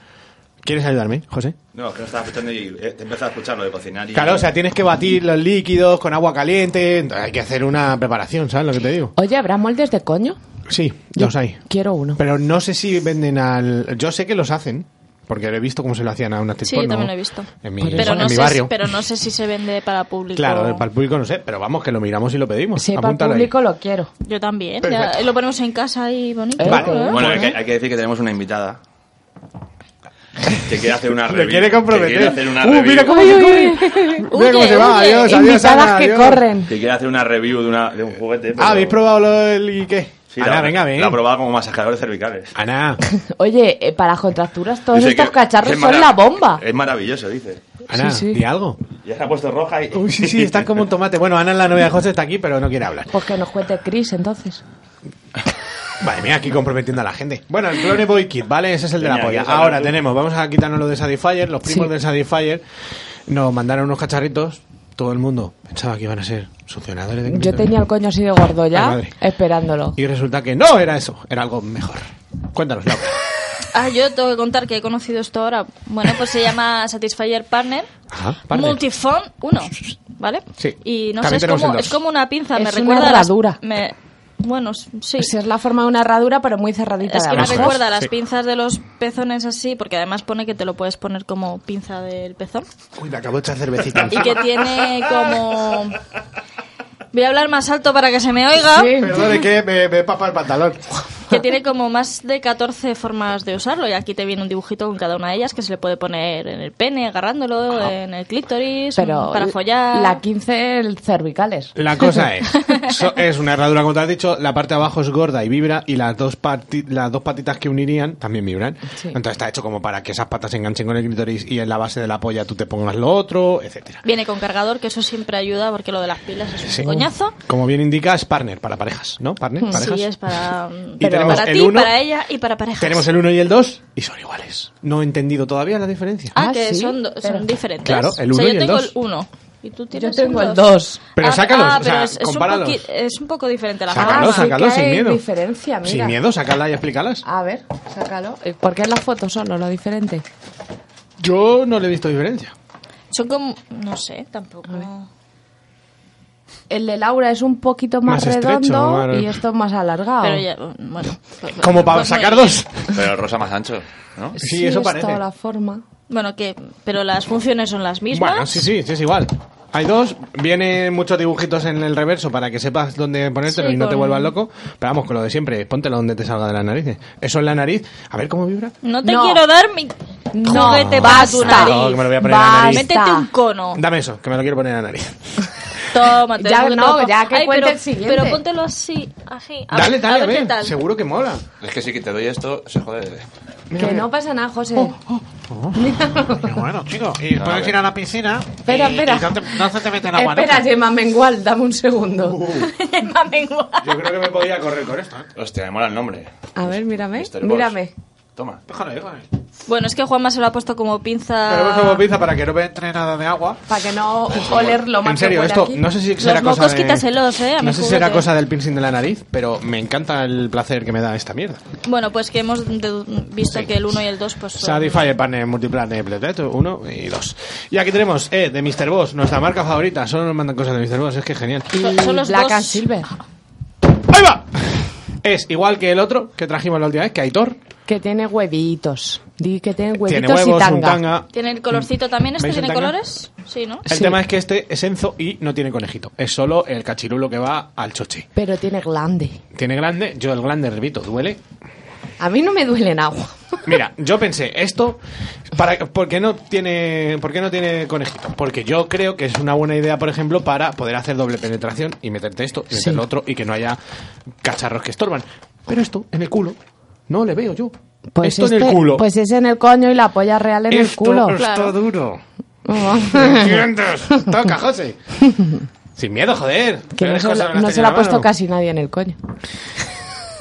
¿Quieres ayudarme, José? No, es que lo estaba escuchando y eh, te empiezas a escuchar lo de cocinar y... ¿Eh? Claro, o sea, tienes que batir los líquidos con agua caliente. entonces Hay que hacer una preparación, ¿sabes lo que te digo? Oye, ¿habrá moldes de coño? Sí, los hay. Quiero uno. Pero no sé si venden al. Yo sé que los hacen, porque he visto cómo se lo hacían a una Sí, yo también lo he visto. En mi, pero, en no mi sé, barrio. pero no sé si se vende para público. Claro, para el público no sé, pero vamos, que lo miramos y lo pedimos. Si es para el Apúntalo ahí. público, lo quiero. Yo también. Perfecto. Ya, lo ponemos en casa y bonito. Eh, Vale. ¿no? Bueno, hay que, hay que decir que tenemos una invitada que quiere hacer una Le review. quiere comprometer. Que quiere hacer una Uh, review. mira cómo se corre. Mira cómo se va. huye. Adiós, adiós, Invitadas Ana, que adiós. corren. Que quiere hacer una review de, una, de un juguete. pero- Ah, ¿habéis probado lo del y qué? Sí, Ana, la- venga, ven. La ha probado como masajeador de cervicales. Ana, Oye, eh, para las contracturas todos Dice estos que- cacharros que es son marav- la bomba. Eh. Es maravilloso, dice. Ana, Sí, sí. di algo. Ya se ha puesto roja y... Uy, sí, sí, estás como un tomate. Bueno, Ana, la novia de José, está aquí, pero no quiere hablar. Pues que nos cuente Chris, entonces. Madre mía, aquí comprometiendo a la gente. Bueno, el Clone Boy Kit, ¿vale? Ese es el de la Venga, polla. que salga Ahora tú. tenemos, vamos a quitarnos lo de Satisfyer. Los primos Sí. del Satisfyer nos mandaron unos cacharritos. Todo el mundo pensaba que iban a ser Ah, succionadores de Yo clítoris. tenía el coño así de gordo Ay, ya, madre. esperándolo. Y resulta que no era eso, era algo mejor. Cuéntanos, Laura. Ah, yo tengo que contar que he conocido esto ahora. Bueno, pues se llama Satisfyer Partner. Ajá, partner. Multifone 1, ¿vale? Sí. Y no También sé, es tenemos el como, dos. es como una pinza, me Es una recuerda a las- herradura. me- bueno, s- sí. Si es la forma de una herradura, pero muy cerradita Es de que me Más o abajo. menos, recuerda a las sí. pinzas de los pezones así, porque además pone que te lo puedes poner como pinza del pezón. Uy, me acabo de echar cervecita. Y que tiene como... Voy a hablar más alto para que se me oiga. Sí. Perdón, que me, me papa el pantalón. que tiene como más de 14 formas de usarlo y aquí te viene un dibujito con cada una de ellas que se le puede poner en el pene, agarrándolo, en el clítoris, Pero para follar. la 15 el cervicales. La cosa es, so- es una herradura, como te has dicho, la parte de abajo es gorda y vibra y las dos, parti- las dos patitas que unirían también vibran. Sí. Entonces está hecho como para que esas patas se enganchen con el clítoris y en la base de la polla tú te pongas lo otro, etcétera. Viene con cargador, que eso siempre ayuda porque lo de las pilas es un Sí. coñazo. Como bien indica, es partner para parejas, ¿no? Partner, parejas. Sí, es para, mm, Y tenemos para el ti, uno- para ella y para parejas. Tenemos el 1 y el 2 y son iguales. No he entendido todavía la diferencia. Ah, Ah, que sí, son, do- son pero- diferentes. Claro, el O uno sea, yo y el tengo dos. el 1. Y tú Yo tienes tengo el dos. 2. Pero Ah, sácalos, ah, o sea, pero es, es un compáralos. poqui- es un poco diferente la Sácalos, forma. sácalos. Ah, que hay sin miedo. diferencia, mira. Sin miedo, sacarla y explícalas. Ah. A ver, sácalo. Eh, ¿Por qué en las fotos solo lo diferente? Yo no le he visto diferencia. Son como... No sé, tampoco... El de Laura es un poquito más, Más redondo estrecho, claro. y esto es más alargado. Pero ya, bueno... pues- Como para pues muy sacar bien. [laughs] dos. Pero el rosa más ancho, ¿no? Sí, eso es parece. toda la forma. Bueno, que, pero las funciones son las mismas. Bueno, sí, sí, sí, es igual. Hay dos, vienen muchos dibujitos en el reverso para que sepas dónde ponértelo Sí, y no te con- vuelvas loco. Pero vamos, con lo de siempre, póntelo donde te salga de las narices. Eso en la nariz, a ver cómo vibra. No te No. quiero dar mi No, juguete para basta. tu nariz. No, Oh, que me lo voy a poner en la Basta. nariz. Métete un cono. Dame eso, que me lo quiero poner en la nariz. Tómate. Ya, eso te no, lo pongo. ya que Ay, cuente pero, el siguiente. Pero póntelo así, así. A dale, ver- dale, a ver, qué tal. seguro que mola. Es que sí que te doy esto, se jode. Oh, Que no pasa nada, José. Qué bueno, chicos. Y A puedes ver. ir a la piscina. Espera, y- espera. y no, te- no se te mete en agua. Espera, ¿no? Gemma Mengual, dame un segundo. Uh, [laughs] Gemma Mengual. Yo creo que me podía correr con esto. ¿eh? Hostia, me mola el nombre. A ver, mírame. Storyboards. Mírame. Toma. Déjalo, déjalo. Bueno, es que Juanma se lo ha puesto como pinza. Pero bueno, pinza para que no me entre nada de agua. Para que no oler lo más en serio, que huele esto aquí. no sé si será Los cosa mocos de- quítaselos, eh, a No mis sé si será juguetes. cosa del piercing de la nariz, pero me encanta el placer que me da esta mierda. Bueno, pues que hemos dedu- visto que el 1 y el 2 pues son- Satisfyer Partner Multiplan de Pleteto 1 y 2. Y aquí tenemos eh, de Mr. Boss, nuestra marca favorita. Solo nos mandan cosas de Mr. Boss, es que es genial. Y son los Black dos. and Silver. Es igual que el otro que trajimos la última vez, que Aitor. Que tiene huevitos. Di que tiene huevitos Tiene huevos, y un tanga. tanga. ¿Tiene el colorcito también? Mm. ¿Este ¿Veis el tiene tanga? colores? Sí, ¿no? El tema es que este es enzo y no tiene conejito. Es solo el cachirulo que va al chochi. Pero tiene glande. Tiene grande, yo el grande, repito, duele. A mí no me duele [laughs] en agua. Mira, yo pensé, esto, para, ¿por, qué no tiene, ¿por qué no tiene conejito? Porque yo creo que es una buena idea, por ejemplo, para poder hacer doble penetración y meterte esto y meter Sí. lo otro y que no haya cacharros que estorban. Pero esto, en el culo, no le veo yo. Pues esto en el este- culo. Pues es en el coño y la polla real en el esto culo. [laughs] está duro. Oh. ¿Entiendes? Toca, [laughs] José. Sin miedo, joder. Que no Peores se, cosas lo- las no tenía se en la ha la puesto mano. casi nadie en el coño.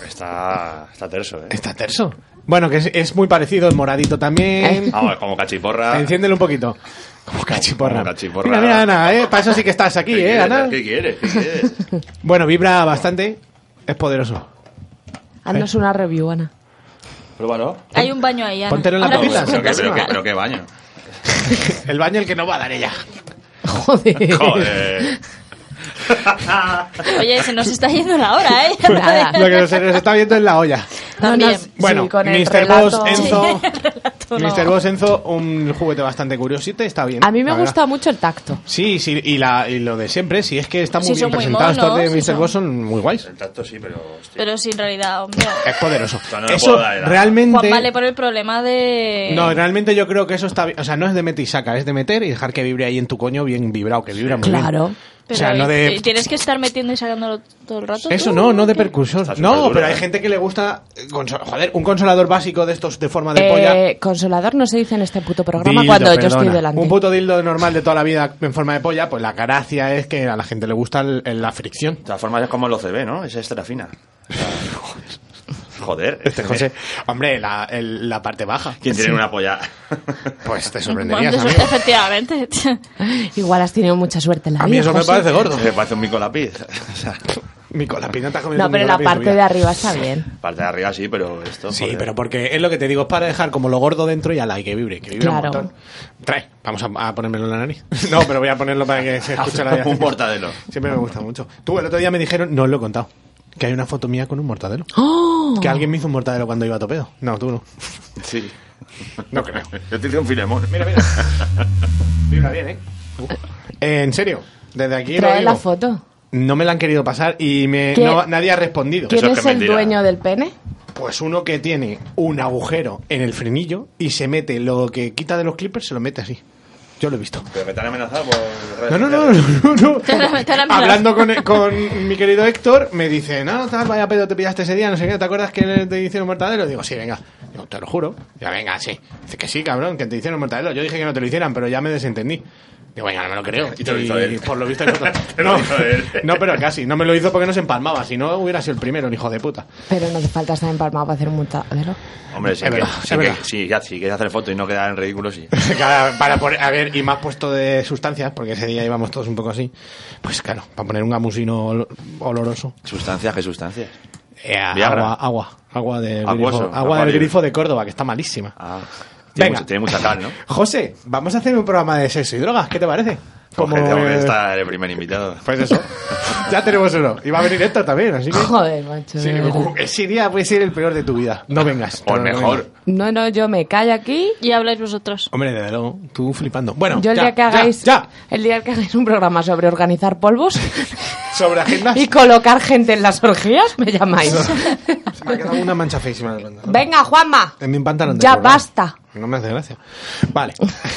Está, está terso, ¿eh? Está terso. Bueno, que es, es muy parecido, el moradito Eh. también. Vamos, Ah, como cachiporra. Enciéndelo un poquito. Como cachiporra. Como cachiporra. Mira, mira, Ana, ¿eh? Para eso sí que estás aquí, ¿Qué ¿eh, quieres? Ana? ¿Qué quieres? ¿Qué quieres? Bueno, vibra bastante. Es poderoso. Eh. Haznos una review, Ana. [laughs] Pruébalo. Hay un baño ahí, Ana. Póntelo en la Ahora papila, mismo. Pero, [laughs] Cuéntaselo. que- pero, que- pero qué [laughs] baño. El baño el que no va a dar ella. Joder. Joder. Oye, se nos está yendo la hora, ¿eh? [laughs] Nada. Lo que se nos está viendo es la olla. También. sí, Bueno, con el Mr. relato- Boss, Enzo... [laughs] Todo. Mr. Boss, Enzo, un juguete bastante curiosito. Está bien. A mí me la verdad. gusta mucho el tacto. Sí, sí, y, la, y lo de siempre, sí, es que están muy Sí, bien son muy presentados. Estos de monos, Mr. sí, son- Boss son muy guays. El tacto sí, pero. hostia. Pero sí, en realidad, hombre. Es poderoso. No, no le Eso puedo dar, era. realmente. Juanma le pone el problema de... Eh, No, realmente yo creo que eso está bien. O sea, no es de meter y saca, es de meter y dejar que vibre ahí en tu coño bien vibrado, que vibra muy Claro. bien. O sea, Pero, no ¿y- y de. ¿Tienes que estar metiendo y sacándolo todo el rato? Eso tú? no, no de ¿Qué? percusión. Está súper No, dura, pero hay ¿eh? gente que le gusta. consol- Joder, un consolador básico de estos de forma de polla. Eh, consolador no se dice en este puto programa Dildo, cuando yo perdona. estoy delante. Un puto dildo normal de toda la vida en forma de polla, pues la gracia es que a la gente le gusta el- el- la fricción. De todas formas es como el OCB, ¿no? Es extra fina. O sea, Joder. Este José, hombre, la, el- la parte baja. ¿Quién tiene una polla? [laughs] Pues te Bueno, sorprenderías, eso- amigo. efectivamente. Igual has tenido mucha suerte en la A mí vida. eso me José. parece gordo. Me [laughs] parece un mico lápiz. O sea, Mi cola pina te has comido No, un pero mico la lápiz en tu parte vida. de arriba está bien. parte de arriba sí, pero esto. Sí, joder. [laughs] pero porque es lo que te digo, es para dejar como lo gordo dentro y ala, y que vibre, que vibre Claro. un montón. Trae, vamos a, a ponérmelo en la nariz. [laughs] No, pero voy a ponerlo para [laughs] que se escuche la Un mortadelo. Siempre me gusta mucho. Tú, el otro día me dijeron, no os lo he contado, que hay una foto mía con un mortadelo. ¡Oh! Que alguien me hizo un mortadelo cuando iba a Topedo. No, tú no. Sí. No creo. Yo te hice un filemón. Mira, mira. Vibra bien, ¿eh? Eh, En serio, desde aquí lo Trae digo. la foto. No me la han querido pasar y me, ¿Qué? no- nadie ha respondido. Eso ¿Quién es es, que el mentira. dueño del pene? Pues uno que tiene un agujero en el frenillo y se mete lo que quita de los clippers, se lo mete así. Yo lo he visto. Pero me te han amenazado por. redes No, no, no, sociales. no, no. Te han- te han amenazado. Hablando con, eh, con mi querido Héctor, me dice, no, tal, vaya pedo te pillaste ese día, no sé qué, ¿te acuerdas que te hicieron mortadelo? Digo, sí, venga. Digo, te lo juro. Ya, venga, sí. Dice que sí, cabrón, que te hicieron mortadelo. Yo dije que no te lo hicieran, pero ya me desentendí. Digo, venga, no me lo creo. Y te lo hizo él. Por lo visto, hay otro. [laughs] Te lo no, hizo él. no, pero casi. No me lo hizo porque no se empalmaba. Si no, hubiera sido el primero, el hijo de puta. Pero no hace falta estar empalmado para hacer un [laughs] montadero. Hombre, sí, Es que, verdad, sí es que- verdad. sí, ya, sí, quieres hacer fotos y no quedar en ridículo, [laughs] sí. Claro, para poner- a ver, y más puesto de sustancias, porque ese día íbamos todos un poco así. Pues claro, para poner un gamusino ol- oloroso. Sustancias, qué sustancias. Eh, Viagra. agua, agua, agua del, Acuoso, grifo, agua del acuario. grifo de Córdoba, que está malísima. Ah, tiene, Venga. mucha, tiene mucha cal, ¿no? Pues José, vamos a hacer un programa de sexo y drogas, ¿qué te parece? Como que tengo que eh, estar el primer invitado. Pues eso, ya tenemos uno. Y va a venir esto también, [laughs] así que... Joder, macho. Sí, de verdad. ese día puede ser el peor de tu vida. No vengas. O pero no mejor. vengas. No, no, yo me callo aquí. Y habláis vosotros. Hombre, desde luego, tú flipando. Bueno, Yo el ya, día que ya, hagáis Ya, el día que hagáis un programa sobre [laughs] organizar polvos sobre agendas. [laughs] y colocar gente en las orgías, me llamáis. Se me ha quedado una mancha feísima en el pantalón. [laughs] Venga, Juanma. En mi pantalón. de Ya programa. basta. No me hace gracia. Vale.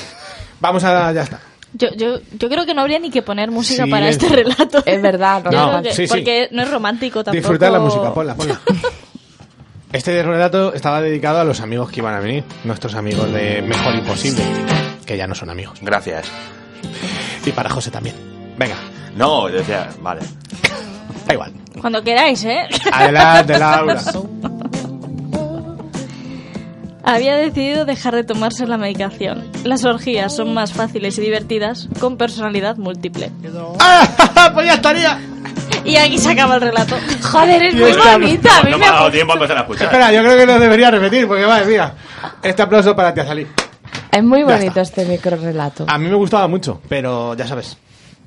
[laughs] Vamos a... Ya está. Yo, yo, yo creo que no habría ni que poner música Sí, para es- este relato. Es verdad, Yo no. creo que- sí, sí. Porque no es romántico tampoco. Disfrutar la música, ponla, ponla. Este relato estaba dedicado a los amigos que iban a venir, nuestros amigos de Mejor Imposible, que ya no son amigos. Gracias. Y para José también. Venga. No, yo decía, vale. Da igual. Cuando queráis, ¿eh? [laughs] Adelante, Laura. Había decidido dejar de tomarse la medicación. Las orgías son más fáciles y divertidas con personalidad múltiple. [laughs] pues ya estaría! Y aquí se acaba el relato. Joder, es Y muy esta- bonita. A mí No me me ha dado gusta. tiempo a empezar a escuchar. Espera, yo creo que lo debería repetir, porque vale, mira. Este aplauso para ti, Azalí. Es muy Ya Ah. bonito este micro relato. A mí me gustaba mucho, pero ya sabes.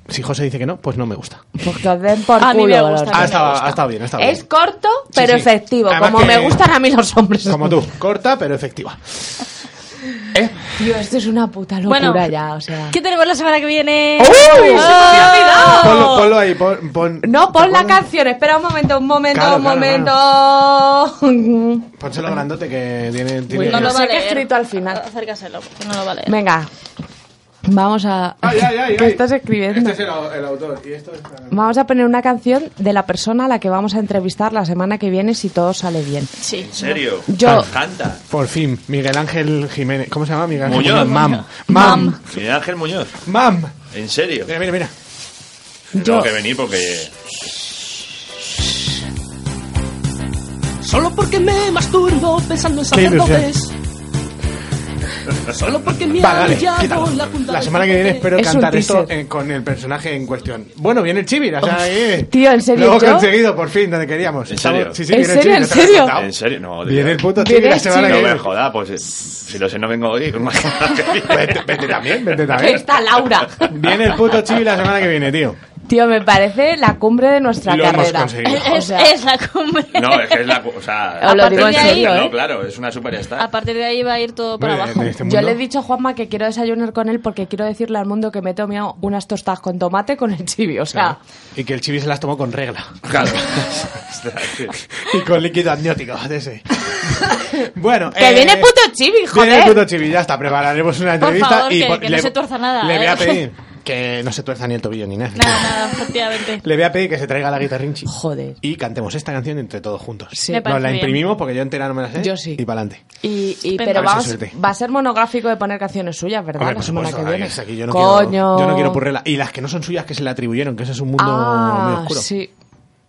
Si José dice que no, pues no me gusta. Pues que os den por A mí me culo, gusta, a Lorca. mí Ha me estado, gusta. ha estado bien, ha estado Es bien. corto, Sí, pero sí. efectivo. Además como me que- gustan a mí los hombres. Como tú, corta pero efectiva. Tío, esto es una puta locura Bueno. ya, o sea. ¿Qué tenemos la semana que viene? ¡Uy! ¡Oh! ¡Se me ha olvidado! Ponlo, ponlo ahí, pon. pon- No, ¿te pon la acuerdas? canción. Espera un momento, un momento, Claro, un claro, momento. Pónselo grandote que tiene. tiene No No lo sé va a qué leer. escrito al final. Acércaselo, porque no lo va a leer. Venga. Vamos a... Ay, ay, ay, ¿Qué ay. estás escribiendo? Este es el, au- el autor. Y esto es. Vamos a poner una canción de la persona a la que vamos a entrevistar la semana que viene si todo sale bien. Sí. ¿En serio? Yo- Canta. Por fin, Miguel Ángel Jiménez. ¿Cómo se llama Miguel Ángel? Muñoz. Mam. Mam. Miguel Ángel Muñoz. Mam. ¿En serio? Mira, mira, mira. Tengo que venir porque... Solo porque me masturbo pensando en Qué ilusión. sacerdotes. Solo porque me Va, ha dale, brillado quítalo. la punta La del semana que viene bigote. espero este Es un cantar esto teaser. eh, con el personaje en cuestión. Bueno, viene el Chivir, o sea, que- tío, ¿en serio Lo hemos yo? conseguido por fin, donde queríamos. ¿En serio? Estamos- Sí, sí, ¿En viene el serio, Chivir, en ¿no te lo has serio? contado? ¿En serio? No, de Viene el verdad. puto Viene Chivir la el semana que No Chivir. me viene. jodas, pues... eh, Si lo sé, no vengo hoy. [laughs] Vete, Pues vete también, vete Ahí también. está Laura. Viene el puto Chivir la semana que viene, tío. Tío, me parece la cumbre de nuestra Lo hemos carrera. conseguido. O Es, sea, es la cumbre. No, es que es la... O sea... Os lo digo es en una- serio, No, ¿eh? claro, es una superstar. A partir de ahí va a ir todo para Hombre, abajo. de este Yo mundo. le he dicho a Juanma que quiero desayunar con él porque quiero decirle al mundo que me he tomado unas tostadas con tomate con el chibi. O sea, Claro. Y que el Chivir se las tomó con regla. [laughs] Claro. [laughs] Ostras, sí. Y con líquido amniótico, de ese. Bueno, eh, Que viene puto chibi, joder. Viene el puto chibi, ya está. Prepararemos una Por entrevista favor, y que- po- que no se tuerza nada, Le ¿eh? voy a pedir que no se tuerza ni el tobillo ni nada. Nada, nada, efectivamente. Le voy a pedir que se traiga la guitarrinchi joder. y cantemos esta canción entre todos juntos. Sí. Me Nos parece la bien. imprimimos porque yo entera no me la sé. Yo sí. Y para adelante. Y, y- Estupendo. pero A ver si vamos, suerte. va a ser monográfico de poner canciones suyas, ¿verdad? Hombre, la por semana supuesto, que viene. es aquí, yo no Coño. Quiero, yo no quiero purrela. Y las que no son suyas que se la atribuyeron, que ese es un mundo ah, muy oscuro. sí.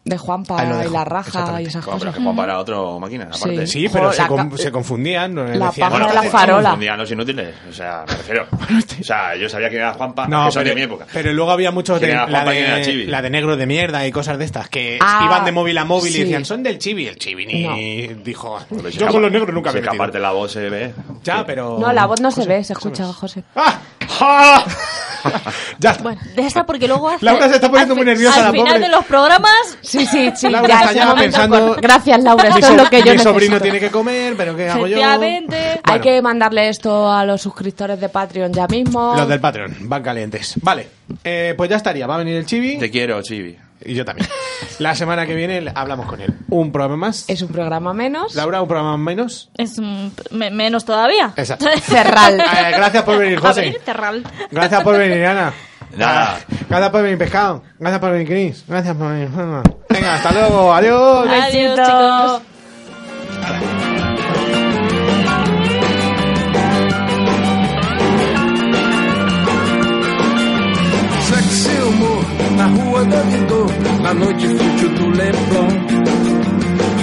De Juanpa Ahí lo y dejo, la raja exactamente. y Bueno, esas pero cosas. es que Juan para otro máquina, aparte. Sí, pero Joder, se, la con- ca- se confundían. no la decían, pues, paja "No, de no la te- farola". Confundían los inútiles. O sea, me [laughs] refiero. O sea, yo sabía quién era Juanpa, No, que soy pero, de mi época. pero luego había muchos de, ¿Quién era la, Juanpa y quién era de, Chibi? la de negro de mierda y cosas de estas que Ah, iban de móvil a móvil sí. y decían son del chibi. El chibi ni dijo "Ah, Porque si yo es con que los negros nunca si me he es que metido". aparte la voz se ve. Ya, pero No, la voz no se José, ve, se escucha, José. ¡Ah! ¡Ah! ya está. Bueno, de esta porque luego hace- Laura se está poniendo al muy fi- nerviosa, la Al final pobre. de los programas... Sí, sí, sí. Laura ya, está ese ya momento pensando- con- Gracias, Laura, mi, esto es so- lo que yo mi necesito. sobrino tiene que comer, pero ¿qué hago yo? Efectivamente. Hay Bueno, que mandarle esto a los suscriptores de Patreon ya mismo. Los del Patreon, van calientes. Vale, eh, pues ya estaría. Va a venir el chibi Te quiero, Chibi. y yo también. La semana que viene hablamos con él. Un programa más. Es un programa menos. Laura, un programa menos. Es mm, me- menos todavía. [laughs] Exacto. Cerral. Eh, gracias por [laughs] venir, José. Abrir terral. Gracias por venir, Ana. Nada. Gracias por venir, Pescado. Gracias por venir, Chris. Gracias por venir, Juanma. Venga, hasta luego. Adiós. Adiós, chicos. Sexy humor na rua do ouvidor, na noite fútil do Leblon.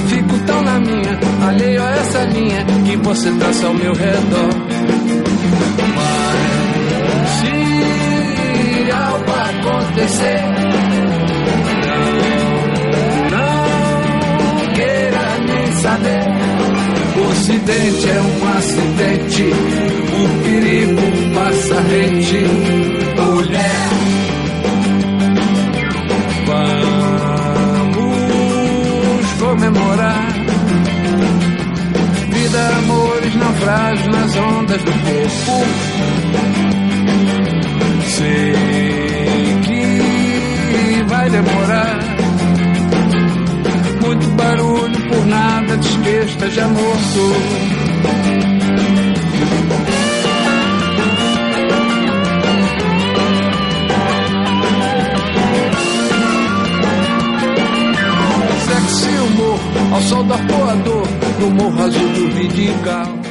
Fico tão na minha, alheio a essa linha que você traça ao meu redor. Mas se algo acontecer, não, não queira nem saber. O acidente é um acidente, o perigo passa rente, mulher. Vamos comemorar. Vida, amores, naufrágios nas ondas do corpo. Sei que vai demorar. Muito barulho por nada, desbesta já morto. Sexo e humor, ao sol do arpoador, do morro azul do Vidigal.